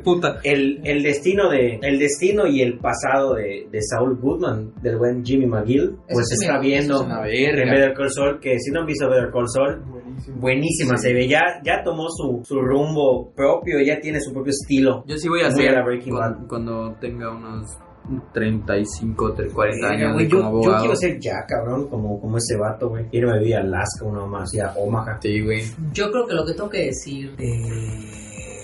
[SPEAKER 4] Puta.
[SPEAKER 5] El, el destino de el destino y el pasado de, de Saul Goodman, del buen Jimmy McGill, pues
[SPEAKER 2] sí me-
[SPEAKER 5] se está
[SPEAKER 2] eso
[SPEAKER 5] viendo
[SPEAKER 2] es una
[SPEAKER 5] en
[SPEAKER 4] verga.
[SPEAKER 5] Better Call Saul, que si no han visto Better Call Saul,
[SPEAKER 6] Buenísimo.
[SPEAKER 5] buenísima se ve, ya, ya tomó su, su rumbo propio, ya tiene su propio estilo.
[SPEAKER 4] Yo sí voy
[SPEAKER 5] Muy
[SPEAKER 4] a
[SPEAKER 5] a
[SPEAKER 4] hacer
[SPEAKER 5] la Breaking
[SPEAKER 4] cuan-
[SPEAKER 5] Bad.
[SPEAKER 4] cuando, tenga unos 35, 30, 40 años
[SPEAKER 5] Güey,
[SPEAKER 4] de
[SPEAKER 5] yo,
[SPEAKER 4] como
[SPEAKER 5] yo
[SPEAKER 4] abogado.
[SPEAKER 5] quiero ser ya, cabrón, como, como ese vato, güey. Irme a vivir a Alaska, uno más, y a Omaha.
[SPEAKER 4] Sí, güey.
[SPEAKER 2] Yo creo que lo que tengo que decir de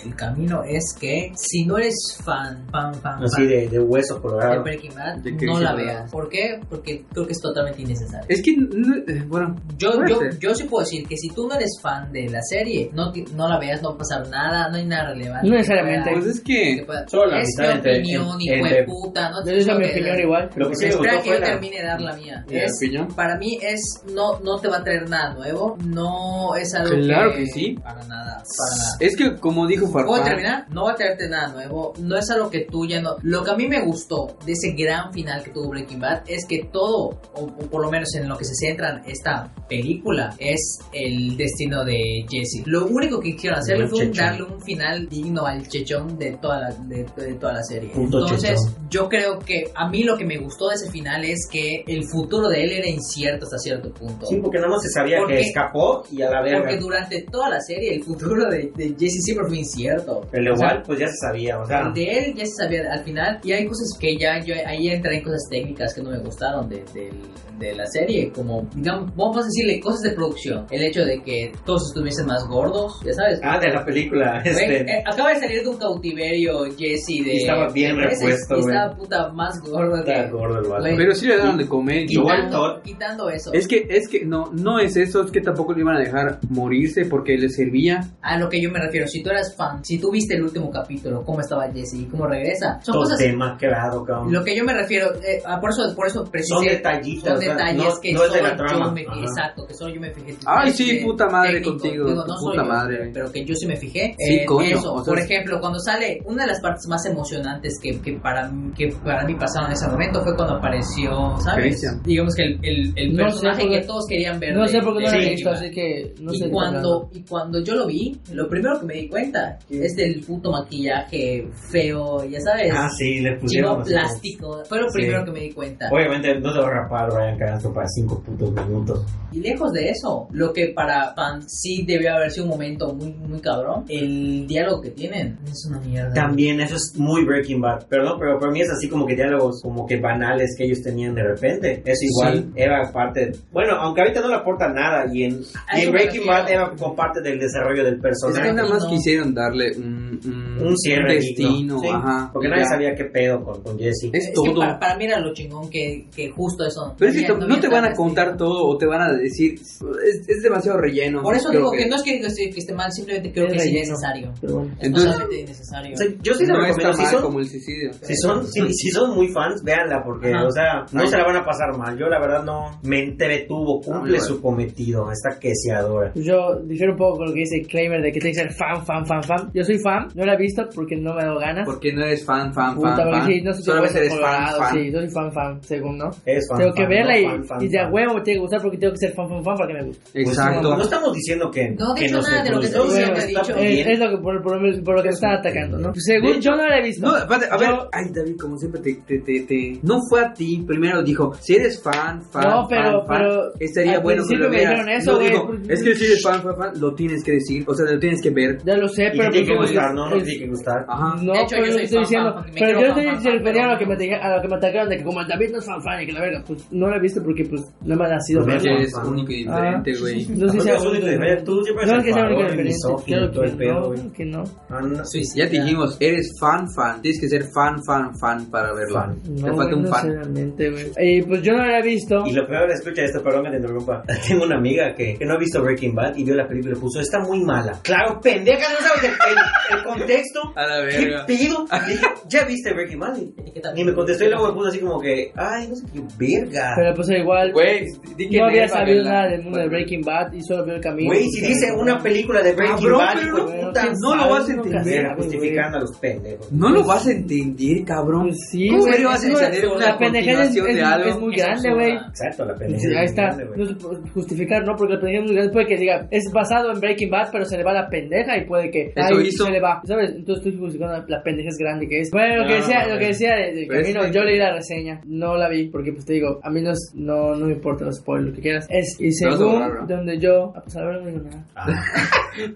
[SPEAKER 2] el camino es que si no eres fan, fan, fan,
[SPEAKER 5] Así
[SPEAKER 2] fan
[SPEAKER 5] de, de hueso
[SPEAKER 2] de
[SPEAKER 5] colorado.
[SPEAKER 2] Breaking Bad,
[SPEAKER 4] De
[SPEAKER 2] no
[SPEAKER 4] Crisis
[SPEAKER 5] "Ah".
[SPEAKER 2] la
[SPEAKER 4] Colorado.
[SPEAKER 2] veas. ¿Por qué? Porque creo que es totalmente innecesario.
[SPEAKER 4] Es que, no- eh, bueno,
[SPEAKER 2] Yo,
[SPEAKER 4] Puede
[SPEAKER 2] yo,
[SPEAKER 4] ser.
[SPEAKER 2] yo sí puedo decir que si tú no eres fan de la serie, no, ti- no la veas, no va a pasar nada, no hay nada relevante.
[SPEAKER 3] No
[SPEAKER 2] que
[SPEAKER 3] necesariamente.
[SPEAKER 4] pues
[SPEAKER 2] pueda-
[SPEAKER 4] es
[SPEAKER 2] que
[SPEAKER 4] que...
[SPEAKER 2] pueda-
[SPEAKER 5] solo la
[SPEAKER 2] es mi
[SPEAKER 5] mitad entre-
[SPEAKER 2] opinión,
[SPEAKER 5] en-
[SPEAKER 2] hijo
[SPEAKER 5] en-
[SPEAKER 2] de puta. No,
[SPEAKER 3] Yo les doy mi
[SPEAKER 2] no-
[SPEAKER 3] opinión igual.
[SPEAKER 5] Lo que sí me
[SPEAKER 2] Espera
[SPEAKER 5] gustó
[SPEAKER 2] que yo
[SPEAKER 5] fue la,
[SPEAKER 2] termine de dar la mía.
[SPEAKER 4] ¿Mi
[SPEAKER 2] Es-
[SPEAKER 4] opinión?
[SPEAKER 2] para mí es no no te va a traer nada nuevo, no es algo
[SPEAKER 4] Claro que sí.
[SPEAKER 2] para nada, para nada.
[SPEAKER 4] Es que, como dijo
[SPEAKER 2] ¿Puedo
[SPEAKER 4] Farfán,
[SPEAKER 2] terminar? No va a traerte nada nuevo, no es algo que tú ya no... Lo que a mí me gustó de ese gran final que tuvo Breaking Bad es que todo, o, o por lo menos en lo que se centra esta película, es el destino de Jesse. Lo único que quisieron hacerle
[SPEAKER 5] El
[SPEAKER 2] fue un-
[SPEAKER 5] chechón.
[SPEAKER 2] darle un final digno al chechón de toda la, de, de toda la serie.
[SPEAKER 5] Puto
[SPEAKER 2] Entonces,
[SPEAKER 5] chechón.
[SPEAKER 2] yo creo que a mí lo que me gustó de ese final es que el futuro de él era incierto hasta cierto punto.
[SPEAKER 5] Sí, porque nada más se sabía
[SPEAKER 2] Porque-
[SPEAKER 5] que escapó y a la verga.
[SPEAKER 2] Porque durante toda la serie el futuro de, de Jesse siempre fue incierto.
[SPEAKER 5] El
[SPEAKER 2] O sea,
[SPEAKER 5] igual, pues ya se sabía, o sea.
[SPEAKER 2] de él ya se sabía al final y hay cosas que ya yo ahí entré en cosas técnicas que no me gustaron de, del- de la serie como digamos vamos a decirle cosas de producción el hecho de que todos estuviesen más gordos ya sabes
[SPEAKER 5] Ah, de la película,
[SPEAKER 2] Güey,
[SPEAKER 5] este.
[SPEAKER 2] eh, acaba de salir de un cautiverio Jesse de
[SPEAKER 5] Y estaba bien
[SPEAKER 2] de meses,
[SPEAKER 5] repuesto,
[SPEAKER 2] y
[SPEAKER 5] güey.
[SPEAKER 2] estaba puta más gordo que-
[SPEAKER 5] Está gordo el vato.
[SPEAKER 2] Güey.
[SPEAKER 4] pero sí le daban de comer.
[SPEAKER 5] Yo-
[SPEAKER 2] quitando, quitando eso
[SPEAKER 4] Es que, es que, no, no es eso, es que tampoco le iban a dejar morirse porque le servía.
[SPEAKER 2] a lo que yo me refiero si tú eras fan si tú viste el último capítulo cómo estaba Jesse y cómo regresa son
[SPEAKER 5] Todo
[SPEAKER 2] cosas
[SPEAKER 5] demacrado, cabrón.
[SPEAKER 2] lo que yo me refiero eh, ah, por eso por eso
[SPEAKER 5] Son
[SPEAKER 2] precisé-
[SPEAKER 5] detallitos.
[SPEAKER 2] Son
[SPEAKER 5] o sea,
[SPEAKER 2] detalles
[SPEAKER 5] no,
[SPEAKER 2] que
[SPEAKER 5] no es de
[SPEAKER 2] solo
[SPEAKER 5] la trama.
[SPEAKER 2] yo me
[SPEAKER 5] Ajá.
[SPEAKER 2] Exacto, que solo yo me fijé.
[SPEAKER 4] Ay, sí,
[SPEAKER 2] Eh,
[SPEAKER 4] puta madre
[SPEAKER 2] técnico,
[SPEAKER 4] contigo,
[SPEAKER 2] digo, no
[SPEAKER 4] puta
[SPEAKER 2] soy yo,
[SPEAKER 4] madre.
[SPEAKER 2] Pero que yo sí me fijé.
[SPEAKER 4] Sí,
[SPEAKER 2] eh,
[SPEAKER 4] coño,
[SPEAKER 2] eso.
[SPEAKER 4] o sea,
[SPEAKER 2] Por
[SPEAKER 4] es-
[SPEAKER 2] ejemplo, cuando sale una de las partes más emocionantes que, que, para, mí- que para mí pasaron en ese momento fue cuando apareció, ¿sabes?
[SPEAKER 4] Cristian.
[SPEAKER 2] Digamos que el, el, el
[SPEAKER 3] No sé
[SPEAKER 2] personaje
[SPEAKER 3] por qué-
[SPEAKER 2] que todos querían ver.
[SPEAKER 3] No
[SPEAKER 2] de-
[SPEAKER 3] sé por qué no
[SPEAKER 2] de
[SPEAKER 3] lo he
[SPEAKER 2] Breaking
[SPEAKER 3] visto,
[SPEAKER 2] Bad.
[SPEAKER 3] así que no sé.
[SPEAKER 2] y
[SPEAKER 3] de qué
[SPEAKER 2] cuando y cuando yo lo vi, lo primero que me di cuenta es del puto maquillaje feo, ya sabes,
[SPEAKER 5] Ah, sí, le pusieron.
[SPEAKER 2] chino
[SPEAKER 5] así como-
[SPEAKER 2] plástico. Fue lo
[SPEAKER 5] Sí.
[SPEAKER 2] primero que me di cuenta.
[SPEAKER 5] Obviamente no te va a rapar Ryan Cranston para 5 putos minutos.
[SPEAKER 2] Y lejos de eso, lo que para fans sí debió haber sido un momento muy, muy cabrón, el diálogo que tienen es una mierda.
[SPEAKER 5] También eso es muy Breaking Bad, perdón, pero para mí es así como que diálogos como que banales que ellos tenían de repente. Eso igual era parte, bueno, aunque ahorita no le aporta nada y en,
[SPEAKER 2] A
[SPEAKER 5] y
[SPEAKER 2] eso
[SPEAKER 5] en
[SPEAKER 2] me
[SPEAKER 5] Breaking Bad
[SPEAKER 2] refiero.
[SPEAKER 5] era como parte del desarrollo del
[SPEAKER 4] Es que
[SPEAKER 5] personaje.
[SPEAKER 4] nada más
[SPEAKER 2] No.
[SPEAKER 4] quisieron darle un, un,
[SPEAKER 5] un cierre
[SPEAKER 4] un
[SPEAKER 5] digno,
[SPEAKER 4] destino,
[SPEAKER 5] ¿sí?
[SPEAKER 4] ajá.
[SPEAKER 5] Porque nadie
[SPEAKER 4] Ya.
[SPEAKER 5] sabía qué pedo con, con Jesse.
[SPEAKER 4] Es
[SPEAKER 2] Es que
[SPEAKER 4] todo.
[SPEAKER 2] para, para mí era lo chingón que, que justo eso.
[SPEAKER 4] Pero es que
[SPEAKER 2] había-
[SPEAKER 4] tam- no
[SPEAKER 2] había
[SPEAKER 4] te van a
[SPEAKER 2] tantas
[SPEAKER 4] contar
[SPEAKER 2] ideas.
[SPEAKER 4] todo o te van a decir, es, es demasiado relleno.
[SPEAKER 2] Por eso
[SPEAKER 4] creo
[SPEAKER 2] digo que... no es que, que esté- que esté mal, simplemente creo
[SPEAKER 3] Es
[SPEAKER 2] que es
[SPEAKER 3] relleno.
[SPEAKER 2] innecesario.
[SPEAKER 3] Pero bueno.
[SPEAKER 2] Es
[SPEAKER 4] Entonces-
[SPEAKER 2] totalmente innecesario.
[SPEAKER 5] O sea, yo sí lo
[SPEAKER 4] no está
[SPEAKER 5] recomiendo, si
[SPEAKER 4] mal
[SPEAKER 5] son,
[SPEAKER 4] como el suicidio.
[SPEAKER 5] si son, si, si son muy fans, véanla, porque,
[SPEAKER 2] Ajá.
[SPEAKER 5] o sea, no
[SPEAKER 4] Ay.
[SPEAKER 5] se la van a pasar mal. Yo, la verdad, no me entretuvo, cumple
[SPEAKER 4] Ay,
[SPEAKER 5] su cometido, está que se adora.
[SPEAKER 3] Pues yo difiero un poco con lo que dice Kramer de que tiene que ser fan, fan, fan, fan. Yo soy fan, no la he visto porque no me ha dado ganas.
[SPEAKER 4] Porque no eres fan, fan,
[SPEAKER 3] Puta,
[SPEAKER 4] fan,
[SPEAKER 3] porque
[SPEAKER 4] fan.
[SPEAKER 3] sí, no soy
[SPEAKER 4] Solamente
[SPEAKER 3] tan
[SPEAKER 4] eres fan,
[SPEAKER 3] colorado,
[SPEAKER 4] fan.
[SPEAKER 3] Sí, yo soy fan, fan, según, ¿no?
[SPEAKER 5] Es fan,
[SPEAKER 3] tengo que
[SPEAKER 5] fan,
[SPEAKER 3] verla
[SPEAKER 5] no
[SPEAKER 3] y,
[SPEAKER 5] fan, fan,
[SPEAKER 3] y de a
[SPEAKER 5] fan.
[SPEAKER 3] huevo tengo que gustar porque tengo que ser fan, fan, fan para que me guste.
[SPEAKER 4] Exacto.
[SPEAKER 5] Pues No estamos diciendo que.
[SPEAKER 2] No, de
[SPEAKER 5] que
[SPEAKER 2] hecho,
[SPEAKER 5] nos
[SPEAKER 2] nada de lo que
[SPEAKER 5] guste.
[SPEAKER 2] estoy diciendo
[SPEAKER 5] Bueno,
[SPEAKER 2] he
[SPEAKER 5] está
[SPEAKER 2] dicho.
[SPEAKER 5] bien.
[SPEAKER 3] Es, es lo que por, por, lo- por lo que me están atacando, ¿no? Según yo no la he visto.
[SPEAKER 4] No, espérate, a ver,
[SPEAKER 3] Yo-
[SPEAKER 4] ay David, como siempre te, te, te, te- no fue a ti, primero dijo, si eres fan, fan,
[SPEAKER 3] No, pero-
[SPEAKER 4] fan, fan,
[SPEAKER 3] pero
[SPEAKER 4] estaría
[SPEAKER 3] al
[SPEAKER 4] bueno que
[SPEAKER 3] principio
[SPEAKER 4] lo
[SPEAKER 3] me
[SPEAKER 4] veas.
[SPEAKER 3] dijeron eso,
[SPEAKER 4] No,
[SPEAKER 3] güey. pues,
[SPEAKER 4] dijo, es que si eres fan, fan, fan, lo tienes que decir, o sea, lo tienes que ver.
[SPEAKER 3] Ya lo sé,
[SPEAKER 4] Y
[SPEAKER 3] pero
[SPEAKER 5] tiene que
[SPEAKER 3] pues,
[SPEAKER 5] gustar,
[SPEAKER 3] es-
[SPEAKER 5] ¿no? No
[SPEAKER 3] es-
[SPEAKER 5] tiene que gustar.
[SPEAKER 4] Ajá.
[SPEAKER 3] No,
[SPEAKER 2] De hecho,
[SPEAKER 3] pero
[SPEAKER 2] yo
[SPEAKER 3] yo
[SPEAKER 2] soy
[SPEAKER 3] estoy
[SPEAKER 2] fan,
[SPEAKER 3] diciendo,
[SPEAKER 2] fan, me
[SPEAKER 3] pero
[SPEAKER 2] creo
[SPEAKER 3] yo estoy
[SPEAKER 2] fan, fan,
[SPEAKER 3] refiriendo
[SPEAKER 2] pero-
[SPEAKER 3] a lo que me ataca- a lo que me atacaron de que como el David no es fanfan y que la verga, pues no la viste porque pues nada más ha sido
[SPEAKER 5] Pues,
[SPEAKER 3] verla.
[SPEAKER 4] Ella es única
[SPEAKER 3] Ah.
[SPEAKER 4] y diferente, güey.
[SPEAKER 3] No sé si
[SPEAKER 5] Porque
[SPEAKER 3] sea
[SPEAKER 5] es único y diferente. Tú siempre
[SPEAKER 3] No
[SPEAKER 5] eres
[SPEAKER 3] es que sea
[SPEAKER 5] el
[SPEAKER 3] único y
[SPEAKER 5] varón, el
[SPEAKER 3] diferente,
[SPEAKER 5] misógino,
[SPEAKER 3] claro
[SPEAKER 5] todo el
[SPEAKER 3] que
[SPEAKER 5] pedo,
[SPEAKER 3] no,
[SPEAKER 5] güey. Ah,
[SPEAKER 3] claro que no.
[SPEAKER 5] Anda,
[SPEAKER 4] Ya te dijimos, eres fan, fan. Tienes que ser fan, fan, fan para verla.
[SPEAKER 5] Fan.
[SPEAKER 4] Te
[SPEAKER 3] No,
[SPEAKER 4] falta
[SPEAKER 3] güey,
[SPEAKER 4] un
[SPEAKER 3] no
[SPEAKER 4] fan.
[SPEAKER 3] sé, realmente, güey. Eh, pues yo no la había visto.
[SPEAKER 5] Y lo peor, escucha este esto, perdón que te interrumpa. Tengo una amiga que, que no ha visto Breaking Bad y vio la película y puso, está muy mala. Claro, pendeja, no sabes el, el- el contexto.
[SPEAKER 4] A la
[SPEAKER 5] ¿Qué
[SPEAKER 4] verga.
[SPEAKER 5] pido? ¿Ya viste Breaking Bad? Y-
[SPEAKER 2] ¿Qué tal?
[SPEAKER 5] Ni me contestó y luego me puso así como que, ay, no sé qué verga.
[SPEAKER 3] Pero pues igual
[SPEAKER 4] Güey, di que
[SPEAKER 3] no había
[SPEAKER 4] Ney va a
[SPEAKER 3] sabido
[SPEAKER 4] verla.
[SPEAKER 3] nada del mundo de Breaking Bad y solo vio el camino.
[SPEAKER 5] Güey, si dice una película de Breaking
[SPEAKER 4] Cabrón,
[SPEAKER 5] Bad,
[SPEAKER 4] pero
[SPEAKER 5] hijo de
[SPEAKER 3] no-
[SPEAKER 5] puta,
[SPEAKER 4] no lo vas a
[SPEAKER 5] sabe,
[SPEAKER 4] entender,
[SPEAKER 5] verga,
[SPEAKER 3] güey.
[SPEAKER 5] Justificando a los pendejos.
[SPEAKER 4] No lo vas a entender, cabrón.
[SPEAKER 3] Pues sí,
[SPEAKER 4] ¿Cómo
[SPEAKER 3] güey,
[SPEAKER 4] serio vas a
[SPEAKER 3] es una-
[SPEAKER 4] entender
[SPEAKER 3] la
[SPEAKER 4] una
[SPEAKER 3] pendejada es-
[SPEAKER 4] continuación
[SPEAKER 3] es-
[SPEAKER 4] de algo?
[SPEAKER 3] es muy
[SPEAKER 2] Es
[SPEAKER 3] grande,
[SPEAKER 2] absurda.
[SPEAKER 3] güey.
[SPEAKER 5] Exacto, la
[SPEAKER 3] Sí,
[SPEAKER 5] pendeja.
[SPEAKER 3] ahí está.
[SPEAKER 5] Grande, güey.
[SPEAKER 3] No se puede justificar, ¿no? Porque el pendejo es muy grande. Puede que diga, es basado en Breaking Bad, pero se le va la pendeja y puede que.
[SPEAKER 4] Eso hizo.
[SPEAKER 3] Se le va. ¿Sabes? Entonces estoy justificando la pendeja es grande que es. Bueno, lo que
[SPEAKER 4] No,
[SPEAKER 3] decía, lo
[SPEAKER 4] güey.
[SPEAKER 3] que decía de, de
[SPEAKER 4] Pero es
[SPEAKER 3] camino,
[SPEAKER 4] que-
[SPEAKER 3] yo leí la reseña. No la vi, porque pues te digo, a mí no, es- no, no me importa los spoilers, lo que quieras. Es, y
[SPEAKER 4] Te vas a
[SPEAKER 3] según
[SPEAKER 4] borrar, ¿no?
[SPEAKER 3] donde yo. Ah, pues a la verdad no digo nada.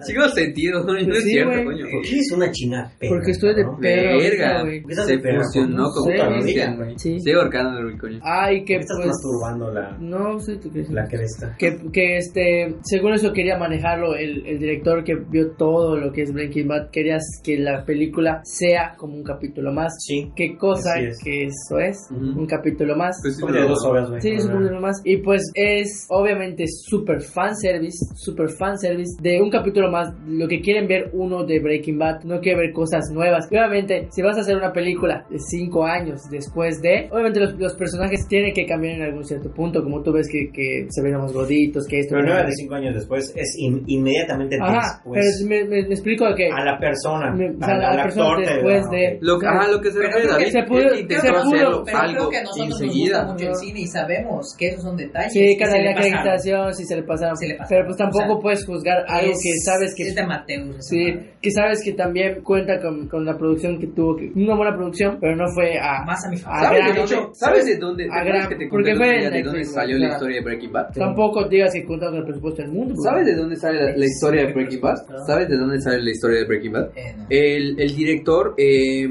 [SPEAKER 4] Sigo sentido, no es
[SPEAKER 3] Pues sí,
[SPEAKER 4] cierto,
[SPEAKER 3] güey.
[SPEAKER 4] coño.
[SPEAKER 5] ¿Por qué es una china pendeja?
[SPEAKER 3] Porque estoy de
[SPEAKER 5] no?
[SPEAKER 3] pedo. ahorita,
[SPEAKER 4] Verga,
[SPEAKER 3] güey.
[SPEAKER 4] se fusionó con
[SPEAKER 3] Sí,
[SPEAKER 4] Cristian,
[SPEAKER 5] güey.
[SPEAKER 4] güey.
[SPEAKER 3] Sí.
[SPEAKER 4] Estoy ahorcando el coño.
[SPEAKER 3] Ay, que
[SPEAKER 5] Me Estás
[SPEAKER 3] pues.
[SPEAKER 5] masturbando la,
[SPEAKER 3] No sé, tú crees.
[SPEAKER 5] la cresta.
[SPEAKER 3] Que, que este, según eso quería manejarlo el, el director que vio todo lo que es Breaking Bad, querías que la película sea como un capítulo más.
[SPEAKER 5] Sí.
[SPEAKER 3] Qué cosa
[SPEAKER 5] Así es.
[SPEAKER 3] que eso es,
[SPEAKER 4] Ujú.
[SPEAKER 3] un capítulo más.
[SPEAKER 4] Pues sí,
[SPEAKER 5] Como de
[SPEAKER 4] no.
[SPEAKER 5] dos horas, güey.
[SPEAKER 3] Sí, es un capítulo más. Y pues es obviamente super fan service, super fan service de un capítulo más. Lo que quieren ver uno de Breaking Bad, no quiere ver cosas nuevas. Y obviamente, si vas a hacer una película de cinco años después de, obviamente los, los personajes tienen que cambiar en algún cierto punto. Como tú ves que, que se ven más gorditos, que esto.
[SPEAKER 5] Pero
[SPEAKER 3] que
[SPEAKER 5] nueve
[SPEAKER 3] lo
[SPEAKER 5] de cinco años después es in- inmediatamente
[SPEAKER 3] otro. Ajá,
[SPEAKER 5] después.
[SPEAKER 3] pero me, me- me explico que.
[SPEAKER 5] a la persona.
[SPEAKER 3] me- o sea,
[SPEAKER 5] al-
[SPEAKER 3] a la
[SPEAKER 5] al
[SPEAKER 3] persona
[SPEAKER 5] actor te-
[SPEAKER 3] después
[SPEAKER 5] ah,
[SPEAKER 3] de-
[SPEAKER 5] ok.
[SPEAKER 4] Lo,
[SPEAKER 3] Claro.
[SPEAKER 4] ajá, lo que se
[SPEAKER 2] Pero
[SPEAKER 4] refiere
[SPEAKER 2] creo
[SPEAKER 4] David,
[SPEAKER 3] que se pudo-
[SPEAKER 4] él intentó
[SPEAKER 3] se pudo,
[SPEAKER 4] hacerlo
[SPEAKER 2] Pero creo
[SPEAKER 4] algo
[SPEAKER 2] que a nosotros nos
[SPEAKER 4] enseguida.
[SPEAKER 2] gusta mucho el cine y sabemos que esos son detalles.
[SPEAKER 3] Sí,
[SPEAKER 2] que
[SPEAKER 3] cada
[SPEAKER 2] se le
[SPEAKER 3] la
[SPEAKER 2] pasan.
[SPEAKER 3] acreditación, si se le pasaron.
[SPEAKER 2] Se le pasaron.
[SPEAKER 3] Pero pues tampoco
[SPEAKER 2] O sea,
[SPEAKER 3] puedes juzgar algo
[SPEAKER 2] Es-
[SPEAKER 3] que sabes que
[SPEAKER 2] Es de Mateus. esa
[SPEAKER 3] Sí,
[SPEAKER 2] madre.
[SPEAKER 3] que sabes que también cuenta con, con la producción que tuvo, que, una buena producción, pero no fue a...
[SPEAKER 2] Más a mi favor.
[SPEAKER 3] a
[SPEAKER 4] ¿Sabes Ah, de,
[SPEAKER 3] gran-
[SPEAKER 4] dónde, ¿Sabes de dónde?
[SPEAKER 3] a
[SPEAKER 4] ¿Te acuerdas
[SPEAKER 3] gran-
[SPEAKER 4] que te
[SPEAKER 3] porque
[SPEAKER 4] conté el
[SPEAKER 3] fue
[SPEAKER 4] otro día
[SPEAKER 3] en
[SPEAKER 4] de
[SPEAKER 3] Netflix,
[SPEAKER 4] dónde
[SPEAKER 3] güey,
[SPEAKER 4] salió
[SPEAKER 3] claro.
[SPEAKER 4] la historia de Breaking Bad?
[SPEAKER 3] Tampoco digas que cuenta con el presupuesto del mundo. pues.
[SPEAKER 4] ¿Sabes de dónde sale la, la historia de Breaking Bad?
[SPEAKER 2] Claro.
[SPEAKER 4] ¿Sabes de dónde sale la historia de Breaking Bad?
[SPEAKER 2] Eh, no.
[SPEAKER 4] El, el director eh,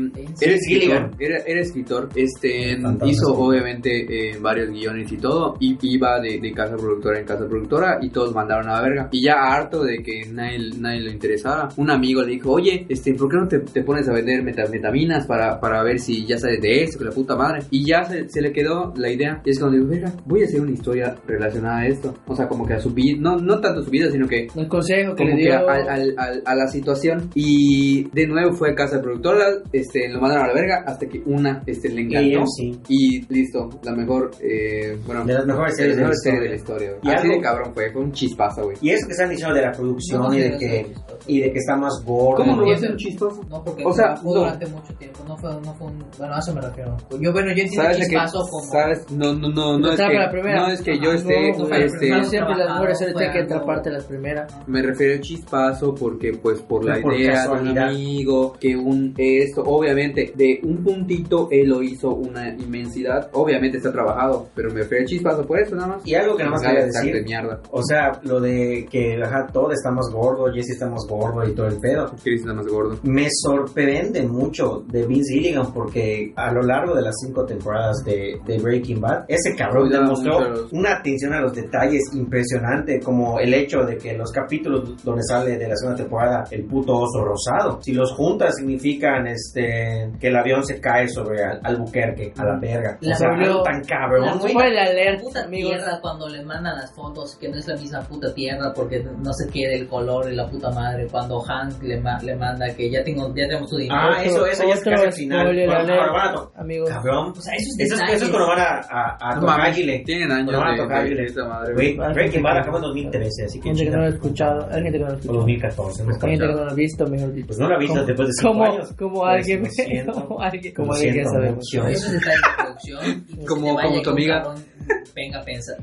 [SPEAKER 4] era escritor,
[SPEAKER 5] Gilligan.
[SPEAKER 4] era, era escritor este,
[SPEAKER 5] Fantasma,
[SPEAKER 4] hizo
[SPEAKER 5] sí.
[SPEAKER 4] obviamente eh, varios guiones y todo, y iba de, de casa productora en casa productora y todos mandaron a la verga. Y ya harto de que nadie, nadie lo interesara, un amigo le dijo, oye, este, ¿por qué no te, te pones a vender metanfetaminas para, para ver si ya sabes de esto, que la puta madre? Y ya se, se le quedó la idea, y es cuando dijo, verga, voy a hacer una historia relacionada a esto. O sea, como que a su vida, no, no tanto a su vida, sino que
[SPEAKER 3] El consejo que
[SPEAKER 4] como
[SPEAKER 3] le
[SPEAKER 4] que
[SPEAKER 3] dio...
[SPEAKER 4] a, al- al- a la situación y de nuevo fue a casa productora este lo mandaron a la verga hasta que una este le
[SPEAKER 5] Y
[SPEAKER 4] encantó
[SPEAKER 5] él sí.
[SPEAKER 4] y listo la mejor eh, bueno
[SPEAKER 5] De las mejores
[SPEAKER 4] de
[SPEAKER 5] series de la
[SPEAKER 4] mejores series de la
[SPEAKER 5] historia.
[SPEAKER 4] historia güey.
[SPEAKER 5] Y
[SPEAKER 4] así
[SPEAKER 5] algo-
[SPEAKER 4] de cabrón fue fue un chispazo güey
[SPEAKER 5] Y eso que están diciendo de la producción y de que y de que está más gordo.
[SPEAKER 4] cómo no va a
[SPEAKER 2] entiendo.
[SPEAKER 4] ser un chispazo
[SPEAKER 2] No, porque
[SPEAKER 4] O sea,
[SPEAKER 2] trabajó
[SPEAKER 4] no.
[SPEAKER 2] durante mucho tiempo. No fue, no fue un. Bueno, a eso me refiero. Yo, bueno, yo entiendo
[SPEAKER 4] sabes
[SPEAKER 2] el
[SPEAKER 4] de que
[SPEAKER 2] chispazo como.
[SPEAKER 4] sabes no no no no es
[SPEAKER 3] estaba
[SPEAKER 4] que,
[SPEAKER 3] para la primera.
[SPEAKER 4] no es que yo
[SPEAKER 3] Ah,
[SPEAKER 4] esté
[SPEAKER 3] no, güey,
[SPEAKER 2] para la
[SPEAKER 4] este,
[SPEAKER 2] primera.
[SPEAKER 3] siempre las mujeres solo tienen que
[SPEAKER 2] Trabajado,
[SPEAKER 3] atraparte las primeras.
[SPEAKER 4] me refiero al chispazo porque pues por la
[SPEAKER 5] Por
[SPEAKER 4] idea de un
[SPEAKER 5] casualidad.
[SPEAKER 4] amigo que un esto obviamente de un puntito él lo hizo una inmensidad obviamente está trabajado pero me refiero al chispazo por eso nada más
[SPEAKER 5] Y algo que nada más
[SPEAKER 4] Ganas
[SPEAKER 5] quería
[SPEAKER 4] de sacarte
[SPEAKER 5] decir.
[SPEAKER 4] mierda
[SPEAKER 5] O sea, lo de que ajá, todo está más gordo, Jesse está más gordo y todo el pedo.
[SPEAKER 4] Chris está más gordo
[SPEAKER 5] Me sorprende mucho de Vince Gilligan porque a lo largo de las cinco temporadas de, de Breaking Bad, ese cabrón
[SPEAKER 4] Cuidado mucho
[SPEAKER 5] demostró
[SPEAKER 4] los-
[SPEAKER 5] una atención a los detalles impresionante, como el hecho de que los capítulos donde sale de la segunda temporada el puto oso rosado, si los juntas significan este que el avión se cae sobre Al- Albuquerque, a la verga.
[SPEAKER 2] La
[SPEAKER 5] o sea,
[SPEAKER 3] volvió-
[SPEAKER 5] algo tan
[SPEAKER 2] la
[SPEAKER 5] cabrón, güey.
[SPEAKER 3] Fue la
[SPEAKER 2] La
[SPEAKER 3] alerta,
[SPEAKER 2] puta
[SPEAKER 3] amigos.
[SPEAKER 2] tierra cuando les mandan las fotos que no es la misma puta tierra porque no se quiere el color y la puta madre cuando Hank le, ma- le manda que ya tengo ya tenemos tu dinero
[SPEAKER 5] Ah, eso, eso ya es
[SPEAKER 3] Otro
[SPEAKER 5] casi el final.
[SPEAKER 3] spoiler
[SPEAKER 5] Bueno,
[SPEAKER 3] alert,
[SPEAKER 5] ahora van a to-
[SPEAKER 3] Amigos.
[SPEAKER 5] Cabrón,
[SPEAKER 2] o sea eso es
[SPEAKER 5] eso es, eso es cuando van a, a, a
[SPEAKER 4] No
[SPEAKER 5] tocar
[SPEAKER 4] mames,
[SPEAKER 5] Águile.
[SPEAKER 4] tienen años
[SPEAKER 5] Cuando van a
[SPEAKER 4] de-
[SPEAKER 5] tocar
[SPEAKER 4] de-
[SPEAKER 5] Águile.
[SPEAKER 4] de esa madre,
[SPEAKER 5] Güey,
[SPEAKER 3] güey.
[SPEAKER 5] Breaking Bad acabó en 2013, así que
[SPEAKER 3] Gente que no lo ha
[SPEAKER 5] chingada.
[SPEAKER 3] escuchado, hay gente que no lo ha
[SPEAKER 5] O
[SPEAKER 3] escuchado.
[SPEAKER 5] 2014, no
[SPEAKER 3] Hay gente que no lo ha visto, mejor dicho.
[SPEAKER 5] Pues no lo ha visto
[SPEAKER 3] Como-
[SPEAKER 5] después de cinco
[SPEAKER 3] como,
[SPEAKER 5] años.
[SPEAKER 3] Como
[SPEAKER 5] Pues,
[SPEAKER 3] alguien,
[SPEAKER 5] lo siento.
[SPEAKER 3] como alguien, como
[SPEAKER 5] Lo
[SPEAKER 3] alguien que
[SPEAKER 5] siento
[SPEAKER 3] sabe.
[SPEAKER 5] mucho.
[SPEAKER 2] eso es detalle de producción y que
[SPEAKER 4] Como-
[SPEAKER 2] se te vaya
[SPEAKER 4] como tu
[SPEAKER 2] con
[SPEAKER 4] amiga. pues,
[SPEAKER 2] cabrón. venga pensa,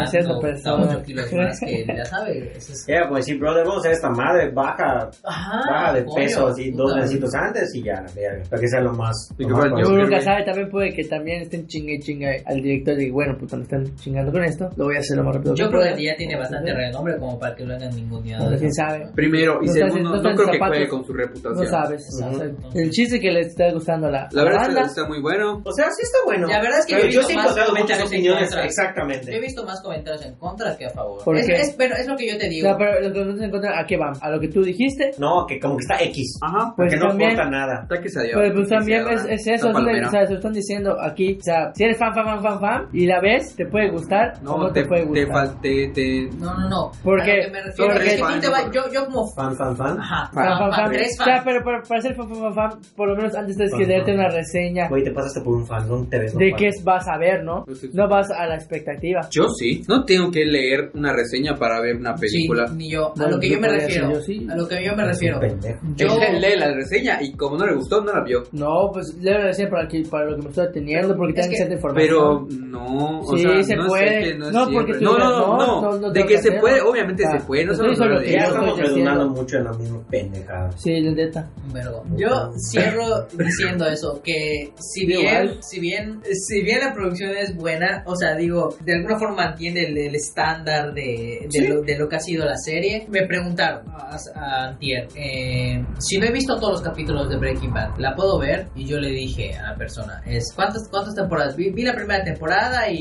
[SPEAKER 3] Haciendo
[SPEAKER 2] pensando
[SPEAKER 3] persona.
[SPEAKER 2] a 8 kilos más que ya sabe. Eso es,
[SPEAKER 5] Ya, pues sí, brother, vamos a hacer esta madre, baja,
[SPEAKER 2] Ajá,
[SPEAKER 5] baja de
[SPEAKER 2] coño,
[SPEAKER 5] peso así dos
[SPEAKER 2] Ah, puta.
[SPEAKER 5] meses antes y ya, la verga, para que sea lo más.
[SPEAKER 4] Y
[SPEAKER 5] lo
[SPEAKER 4] que
[SPEAKER 5] más
[SPEAKER 4] bueno,
[SPEAKER 5] posible.
[SPEAKER 4] yo-
[SPEAKER 3] Uno
[SPEAKER 4] Pero
[SPEAKER 3] nunca
[SPEAKER 4] bien.
[SPEAKER 3] sabe también puede que también estén chingue y chinga al director y bueno, puta, me están chingando con esto, lo voy a hacer lo más rápido.
[SPEAKER 2] yo
[SPEAKER 3] que
[SPEAKER 2] creo
[SPEAKER 3] pueda.
[SPEAKER 2] que ya tiene bastante renombre como para que lo hagan ninguneado.
[SPEAKER 3] Pero quién sabe.
[SPEAKER 4] Primero, y
[SPEAKER 3] No estás-
[SPEAKER 4] segundo,
[SPEAKER 3] no
[SPEAKER 4] no,
[SPEAKER 3] estás en
[SPEAKER 4] creo que
[SPEAKER 3] zapatos.
[SPEAKER 4] juegue con su reputación.
[SPEAKER 3] No sabes.
[SPEAKER 2] Ujú.
[SPEAKER 3] O sea, el chiste que le está gustando a la,
[SPEAKER 4] La verdad es que
[SPEAKER 3] banda.
[SPEAKER 4] está muy bueno.
[SPEAKER 5] O sea, sí está bueno.
[SPEAKER 2] La verdad es que
[SPEAKER 5] Pero
[SPEAKER 2] yo he
[SPEAKER 5] yo
[SPEAKER 2] visto
[SPEAKER 5] sí he
[SPEAKER 2] más
[SPEAKER 5] encontrado muchas
[SPEAKER 2] comentarios en
[SPEAKER 5] opiniones.
[SPEAKER 2] contra. Yo he
[SPEAKER 5] Exactamente.
[SPEAKER 2] visto más comentarios en contra que a favor.
[SPEAKER 3] ¿Por
[SPEAKER 2] es,
[SPEAKER 3] qué?
[SPEAKER 2] es- pero es lo que yo te
[SPEAKER 3] O
[SPEAKER 2] digo.
[SPEAKER 3] sea, pero lo que no se encuentra, ¿a qué van? ¿A lo que tú dijiste?
[SPEAKER 5] No, que como que está X.
[SPEAKER 4] Ajá.
[SPEAKER 3] Pues
[SPEAKER 5] que no
[SPEAKER 3] también-
[SPEAKER 5] aporta nada.
[SPEAKER 4] Ataques a Dios.
[SPEAKER 3] Pero pues también
[SPEAKER 4] Que
[SPEAKER 3] es,
[SPEAKER 4] sea
[SPEAKER 3] es eso,
[SPEAKER 4] una
[SPEAKER 3] es una-
[SPEAKER 4] palomera.
[SPEAKER 3] o sea, se lo están diciendo aquí, o sea, si eres fan, fan, fan, fan, fan, y la ves, te puede gustar o
[SPEAKER 4] No,
[SPEAKER 3] no te,
[SPEAKER 4] te,
[SPEAKER 3] puede
[SPEAKER 4] te,
[SPEAKER 3] gustar.
[SPEAKER 4] fal- te, te-
[SPEAKER 2] no, no, no.
[SPEAKER 3] ¿Por
[SPEAKER 2] A
[SPEAKER 3] qué?
[SPEAKER 2] lo que me refiero
[SPEAKER 3] Porque-
[SPEAKER 2] es que tú te vas-
[SPEAKER 4] Fan,
[SPEAKER 2] yo, yo como fan.
[SPEAKER 5] Fan, fan, fan.
[SPEAKER 2] Ajá.
[SPEAKER 4] Fan,
[SPEAKER 3] fan, fan.
[SPEAKER 2] Tres
[SPEAKER 3] O
[SPEAKER 2] fan.
[SPEAKER 3] sea, pero, pero para ser fan, fan, fan, fan, por lo menos antes tienes que
[SPEAKER 5] Ajá.
[SPEAKER 3] darte una reseña
[SPEAKER 5] Güey, te pasaste por un fandom, te ves
[SPEAKER 3] de
[SPEAKER 5] normal.
[SPEAKER 3] qué es- vas a ver, ¿no?
[SPEAKER 4] Sí, sí, sí.
[SPEAKER 3] No vas a la expectativa.
[SPEAKER 4] Yo sí. No tengo que leer una reseña para ver una película.
[SPEAKER 2] Sí, ni yo. A
[SPEAKER 3] No,
[SPEAKER 2] lo que
[SPEAKER 3] yo
[SPEAKER 2] yo me
[SPEAKER 3] podría
[SPEAKER 2] refiero.
[SPEAKER 3] ser yo, sí.
[SPEAKER 2] A lo que yo me
[SPEAKER 5] Eres un
[SPEAKER 2] refiero.
[SPEAKER 5] pendejo.
[SPEAKER 2] Yo-
[SPEAKER 4] Él lee la reseña y como no le gustó, no la vio.
[SPEAKER 3] No, pues le voy a decir para, que, para lo que me estoy atendiendo, porque
[SPEAKER 2] Es
[SPEAKER 3] tengo que
[SPEAKER 2] que-
[SPEAKER 3] ser de información.
[SPEAKER 4] Pero no, o
[SPEAKER 3] Sí,
[SPEAKER 4] sea,
[SPEAKER 3] se
[SPEAKER 4] no es-
[SPEAKER 3] puede.
[SPEAKER 4] es que no es
[SPEAKER 3] No,
[SPEAKER 4] siempre.
[SPEAKER 3] porque tú
[SPEAKER 4] no, no,
[SPEAKER 3] digas,
[SPEAKER 4] no,
[SPEAKER 3] no,
[SPEAKER 4] no.
[SPEAKER 3] no, no tengo
[SPEAKER 4] de que
[SPEAKER 3] que
[SPEAKER 4] se
[SPEAKER 3] hacerlo.
[SPEAKER 4] puede, obviamente
[SPEAKER 3] Ah,
[SPEAKER 4] se puede, no
[SPEAKER 3] estoy
[SPEAKER 4] solo
[SPEAKER 3] solo
[SPEAKER 4] hablar
[SPEAKER 3] que
[SPEAKER 4] de
[SPEAKER 5] Ya
[SPEAKER 3] yo-
[SPEAKER 4] eso.
[SPEAKER 5] estamos
[SPEAKER 3] estoy haciendo-
[SPEAKER 5] redundando mucho en las mismas pendejadas.
[SPEAKER 3] Sí, la neta.
[SPEAKER 2] Un vergo. Yo cierro diciendo eso, que si
[SPEAKER 3] Yo
[SPEAKER 2] bien,
[SPEAKER 3] igual.
[SPEAKER 2] si bien, si bien la producción es buena, o sea, digo, de alguna forma mantiene el, el estándar de, de, lo, de lo que ha sido la serie. Me preguntaron a, a Antier, eh, si no he visto todos los capítulos de Breaking Bad, ¿la puedo ver? Y yo le dije a la persona, es ¿cuántas, cuántas temporadas? Vi, vi la primera temporada y,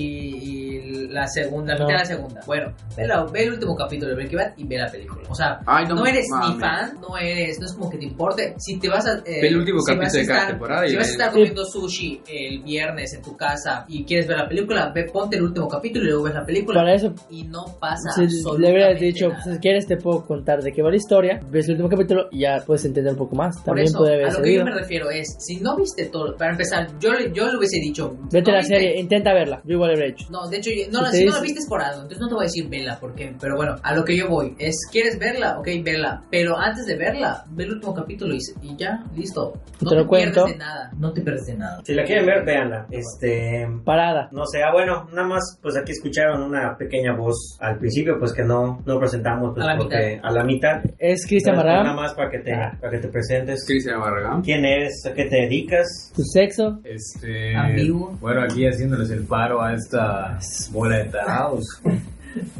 [SPEAKER 2] y la segunda, la
[SPEAKER 3] No.
[SPEAKER 2] mitad de la segunda. Bueno, ve, la- ve el último capítulo de Breaking Bad y ve la película. O sea,
[SPEAKER 4] Ay,
[SPEAKER 2] no eres ni
[SPEAKER 4] mames.
[SPEAKER 2] fan, no eres, no es como que te importe. Si te vas a. eh,
[SPEAKER 4] Ve el último
[SPEAKER 2] si vas
[SPEAKER 4] capítulo
[SPEAKER 2] a
[SPEAKER 4] de cada
[SPEAKER 2] estar-
[SPEAKER 4] temporada y
[SPEAKER 2] Si vas a
[SPEAKER 4] ve-
[SPEAKER 2] estar comiendo sushi el viernes en tu casa y quieres ver la película, ve, ponte el último capítulo y luego ves la película.
[SPEAKER 3] Para eso
[SPEAKER 2] Y no pasa
[SPEAKER 3] Si le
[SPEAKER 2] absolutamente
[SPEAKER 3] hubieras dicho,
[SPEAKER 2] nada.
[SPEAKER 3] pues, si quieres te puedo contar de qué va la historia, ves el último capítulo y ya puedes entender un poco más.
[SPEAKER 2] Por
[SPEAKER 3] También
[SPEAKER 2] eso,
[SPEAKER 3] puede haber
[SPEAKER 2] a lo que yo
[SPEAKER 3] servido.
[SPEAKER 2] me refiero es, si no viste todo, para empezar, yo, le- yo le hubiese dicho...
[SPEAKER 3] Vete a
[SPEAKER 2] no
[SPEAKER 3] la
[SPEAKER 2] viste-
[SPEAKER 3] serie, intenta verla. Yo igual he hecho.
[SPEAKER 2] No, de hecho, yo- no, no,
[SPEAKER 3] Si te
[SPEAKER 2] si no la
[SPEAKER 3] dice-
[SPEAKER 2] viste es por algo, entonces no te voy a decir vela, porque, pero bueno, a lo que yo voy es, ¿quieres verla? Ok, verla, pero antes de verla, ve el último capítulo y, y ya, listo. No
[SPEAKER 3] Te
[SPEAKER 2] te,
[SPEAKER 3] lo cuento.
[SPEAKER 2] pierdes de nada, no te pierdes de nada.
[SPEAKER 5] Si la quieren ver, véanla. Este.
[SPEAKER 3] Parada.
[SPEAKER 5] No sé, ah, bueno, nada más, pues aquí escucharon una pequeña voz al principio, pues que no, no presentamos, pues
[SPEAKER 2] A la
[SPEAKER 5] porque a la mitad.
[SPEAKER 3] Es Cristian Ah.
[SPEAKER 5] Entonces, pues, Nada
[SPEAKER 3] Marrán,
[SPEAKER 5] más para que te, para que te presentes.
[SPEAKER 4] Cristian Barragán.
[SPEAKER 5] ¿Quién eres? ¿A qué te dedicas?
[SPEAKER 3] tu sexo.
[SPEAKER 6] Este,
[SPEAKER 2] Ambiguo.
[SPEAKER 6] bueno, aquí haciéndoles el paro a esta bola de tarados.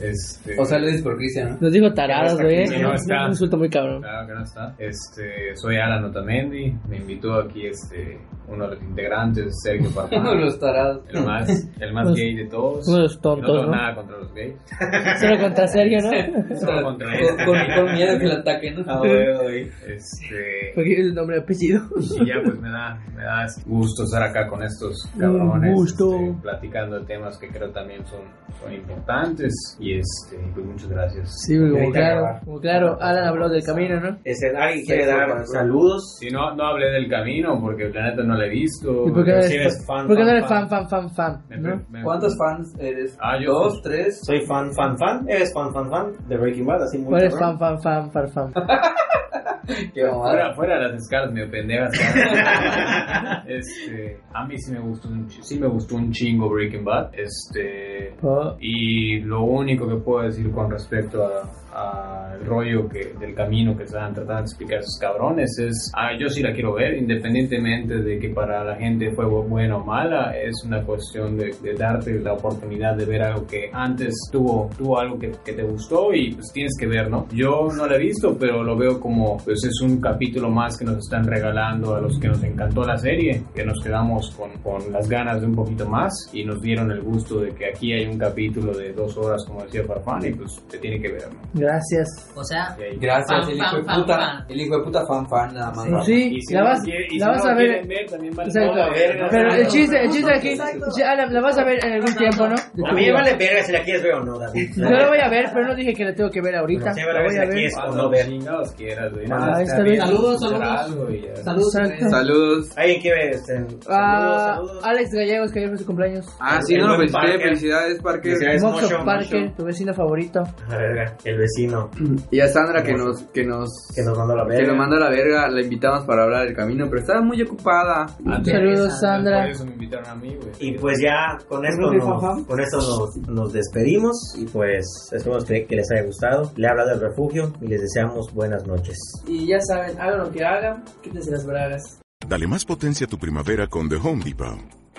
[SPEAKER 6] Este,
[SPEAKER 4] O sea, le dices por Cristian, ¿no?
[SPEAKER 3] Nos dijo tarados,
[SPEAKER 5] está
[SPEAKER 3] güey.
[SPEAKER 5] Cristian,
[SPEAKER 6] no
[SPEAKER 3] Es
[SPEAKER 6] está.
[SPEAKER 3] Un insulto muy cabrón.
[SPEAKER 6] Claro que no está. Este, soy Alan Otamendi. Me invitó aquí este, uno de los integrantes, Sergio
[SPEAKER 4] Uno de
[SPEAKER 6] Parfán.
[SPEAKER 4] los tarados.
[SPEAKER 6] El más, el más
[SPEAKER 3] Los-
[SPEAKER 6] gay de todos.
[SPEAKER 3] uno de los
[SPEAKER 6] no
[SPEAKER 3] tontos,
[SPEAKER 6] tengo
[SPEAKER 3] ¿no?
[SPEAKER 6] nada contra los gays.
[SPEAKER 3] Solo contra Sergio, ¿no?
[SPEAKER 6] Solo contra
[SPEAKER 4] Con,
[SPEAKER 6] él.
[SPEAKER 4] con- con miedo que Ah, le ataquen, ¿no?
[SPEAKER 6] Este,
[SPEAKER 3] Porque es el nombre y apellido.
[SPEAKER 6] y ya pues me da, me da gusto estar acá con estos cabrones
[SPEAKER 3] Un gusto.
[SPEAKER 6] este, platicando de temas que creo también son, son importantes y este pues muchas gracias
[SPEAKER 3] Sí, güey, como
[SPEAKER 5] Ahorita
[SPEAKER 3] claro.
[SPEAKER 5] acabar.
[SPEAKER 3] Como claro, Alan habló del camino, ¿no?
[SPEAKER 5] Es el Este, alguien quiere
[SPEAKER 4] Sí,
[SPEAKER 5] dar
[SPEAKER 4] por favor.
[SPEAKER 5] saludos.
[SPEAKER 6] si no no hablé del camino porque la neta no la he visto
[SPEAKER 3] ¿Y por qué no
[SPEAKER 6] Yo
[SPEAKER 3] eres,
[SPEAKER 6] sí
[SPEAKER 5] eres
[SPEAKER 3] Pues,
[SPEAKER 5] fan,
[SPEAKER 3] por qué no
[SPEAKER 5] fan,
[SPEAKER 3] eres fan, fan, fan, fan?
[SPEAKER 6] me-
[SPEAKER 3] ¿no?
[SPEAKER 6] me-
[SPEAKER 4] ¿Cuántos fans eres?
[SPEAKER 6] Ah, yo-
[SPEAKER 4] ¿Dos? ¿Tres?
[SPEAKER 5] Soy fan, fan, fan. Eres fan, fan, fan de Breaking Bad, así muy
[SPEAKER 3] ¿Cuál es
[SPEAKER 5] cabrón.
[SPEAKER 3] Pues, fan, fan, fan, fan, fan?
[SPEAKER 4] Qué mamada.
[SPEAKER 6] Fuera, fuera de las escalas medio pendejas. ¿no? este, a mí sí me gustó un, ch- sí me gustó un chingo Breaking Bad. Este,
[SPEAKER 3] Oh,
[SPEAKER 6] Y lo único que puedo decir con respecto a- al rollo que, del camino que estaban tratando de explicar esos cabrones es, ah, yo sí la quiero ver, independientemente de que para la gente fue bu- buena o mala, es una cuestión de, de darte la oportunidad de ver algo que antes tuvo, tuvo algo que, que te gustó y pues tienes que ver, ¿no? Yo no la he visto, pero lo veo como, pues es un capítulo más que nos están regalando a los que nos encantó la serie, que nos quedamos con, con las ganas de un poquito más y nos dieron el gusto de que aquí hay un capítulo de dos horas, como decía Farfán, y pues te tiene que ver, ¿no?
[SPEAKER 3] gracias.
[SPEAKER 2] O sea,
[SPEAKER 6] Y ahí-
[SPEAKER 4] Gracias,
[SPEAKER 2] Fan,
[SPEAKER 4] el hijo de
[SPEAKER 2] fan, fan,
[SPEAKER 4] puta.
[SPEAKER 2] fan.
[SPEAKER 4] El hijo de puta fan fan, nada más.
[SPEAKER 3] Pues sí,
[SPEAKER 6] Y si
[SPEAKER 3] la
[SPEAKER 6] no
[SPEAKER 3] vas,
[SPEAKER 6] quiere- y
[SPEAKER 3] la
[SPEAKER 6] si
[SPEAKER 3] vas
[SPEAKER 6] no
[SPEAKER 3] a
[SPEAKER 6] lo
[SPEAKER 3] ver.
[SPEAKER 6] quieren también vale
[SPEAKER 3] Exacto.
[SPEAKER 6] la verga.
[SPEAKER 3] Pero el
[SPEAKER 6] No,
[SPEAKER 3] chiste, el chiste aquí,
[SPEAKER 2] Exacto.
[SPEAKER 3] ya la, la vas a ver en algún tiempo, ¿no? De
[SPEAKER 5] A
[SPEAKER 3] tu
[SPEAKER 5] mí me
[SPEAKER 3] vida.
[SPEAKER 5] vale verga si la quieres ver o no, David.
[SPEAKER 3] Yo la voy a ver, pero no dije que la tengo que ver ahorita.
[SPEAKER 5] Sí,
[SPEAKER 3] La
[SPEAKER 5] vale,
[SPEAKER 3] voy a
[SPEAKER 5] aquí
[SPEAKER 3] ver.
[SPEAKER 5] es-
[SPEAKER 6] Cuando chingados quieras, güey. Nada más
[SPEAKER 3] Ah,
[SPEAKER 6] te
[SPEAKER 3] está bien.
[SPEAKER 6] avientas a
[SPEAKER 2] Saludos,
[SPEAKER 6] escuchar
[SPEAKER 2] saludos.
[SPEAKER 6] algo y ya.
[SPEAKER 2] saludos.
[SPEAKER 3] Exacto.
[SPEAKER 4] Saludos.
[SPEAKER 5] Alguien quiere este, saludos,
[SPEAKER 3] Ah,
[SPEAKER 5] saludos.
[SPEAKER 3] Alex Gallegos, que ayer fue su cumpleaños.
[SPEAKER 4] Ah, sí,
[SPEAKER 5] El
[SPEAKER 4] no lo
[SPEAKER 5] buen
[SPEAKER 4] felicité.
[SPEAKER 5] Parker.
[SPEAKER 4] Felicidades, Parker.
[SPEAKER 5] Felicidades. Es
[SPEAKER 3] Moxo
[SPEAKER 5] Mocho,
[SPEAKER 3] Parker,
[SPEAKER 5] Mocho.
[SPEAKER 3] tu vecino favorito.
[SPEAKER 5] A la verga, el vecino
[SPEAKER 4] Y a Sandra que nos, que nos,
[SPEAKER 5] que nos mandó la
[SPEAKER 4] que nos
[SPEAKER 5] verga.
[SPEAKER 4] mandó a la verga, la invitamos para hablar del camino, pero estaba muy ocupada.
[SPEAKER 3] Saludos,
[SPEAKER 6] Por
[SPEAKER 3] Sandra.
[SPEAKER 6] eso me invitaron a mí, güey.
[SPEAKER 5] Y pues ya con esto,
[SPEAKER 3] Rudy
[SPEAKER 5] nos,
[SPEAKER 3] Fafam.
[SPEAKER 5] con esto nos, nos despedimos y pues esperemos que, que les haya gustado. Le habla del refugio y les deseamos buenas noches.
[SPEAKER 3] Y ya saben, hagan lo que hagan, quítense las bragas.
[SPEAKER 7] Dale más potencia a tu primavera con The Home Depot.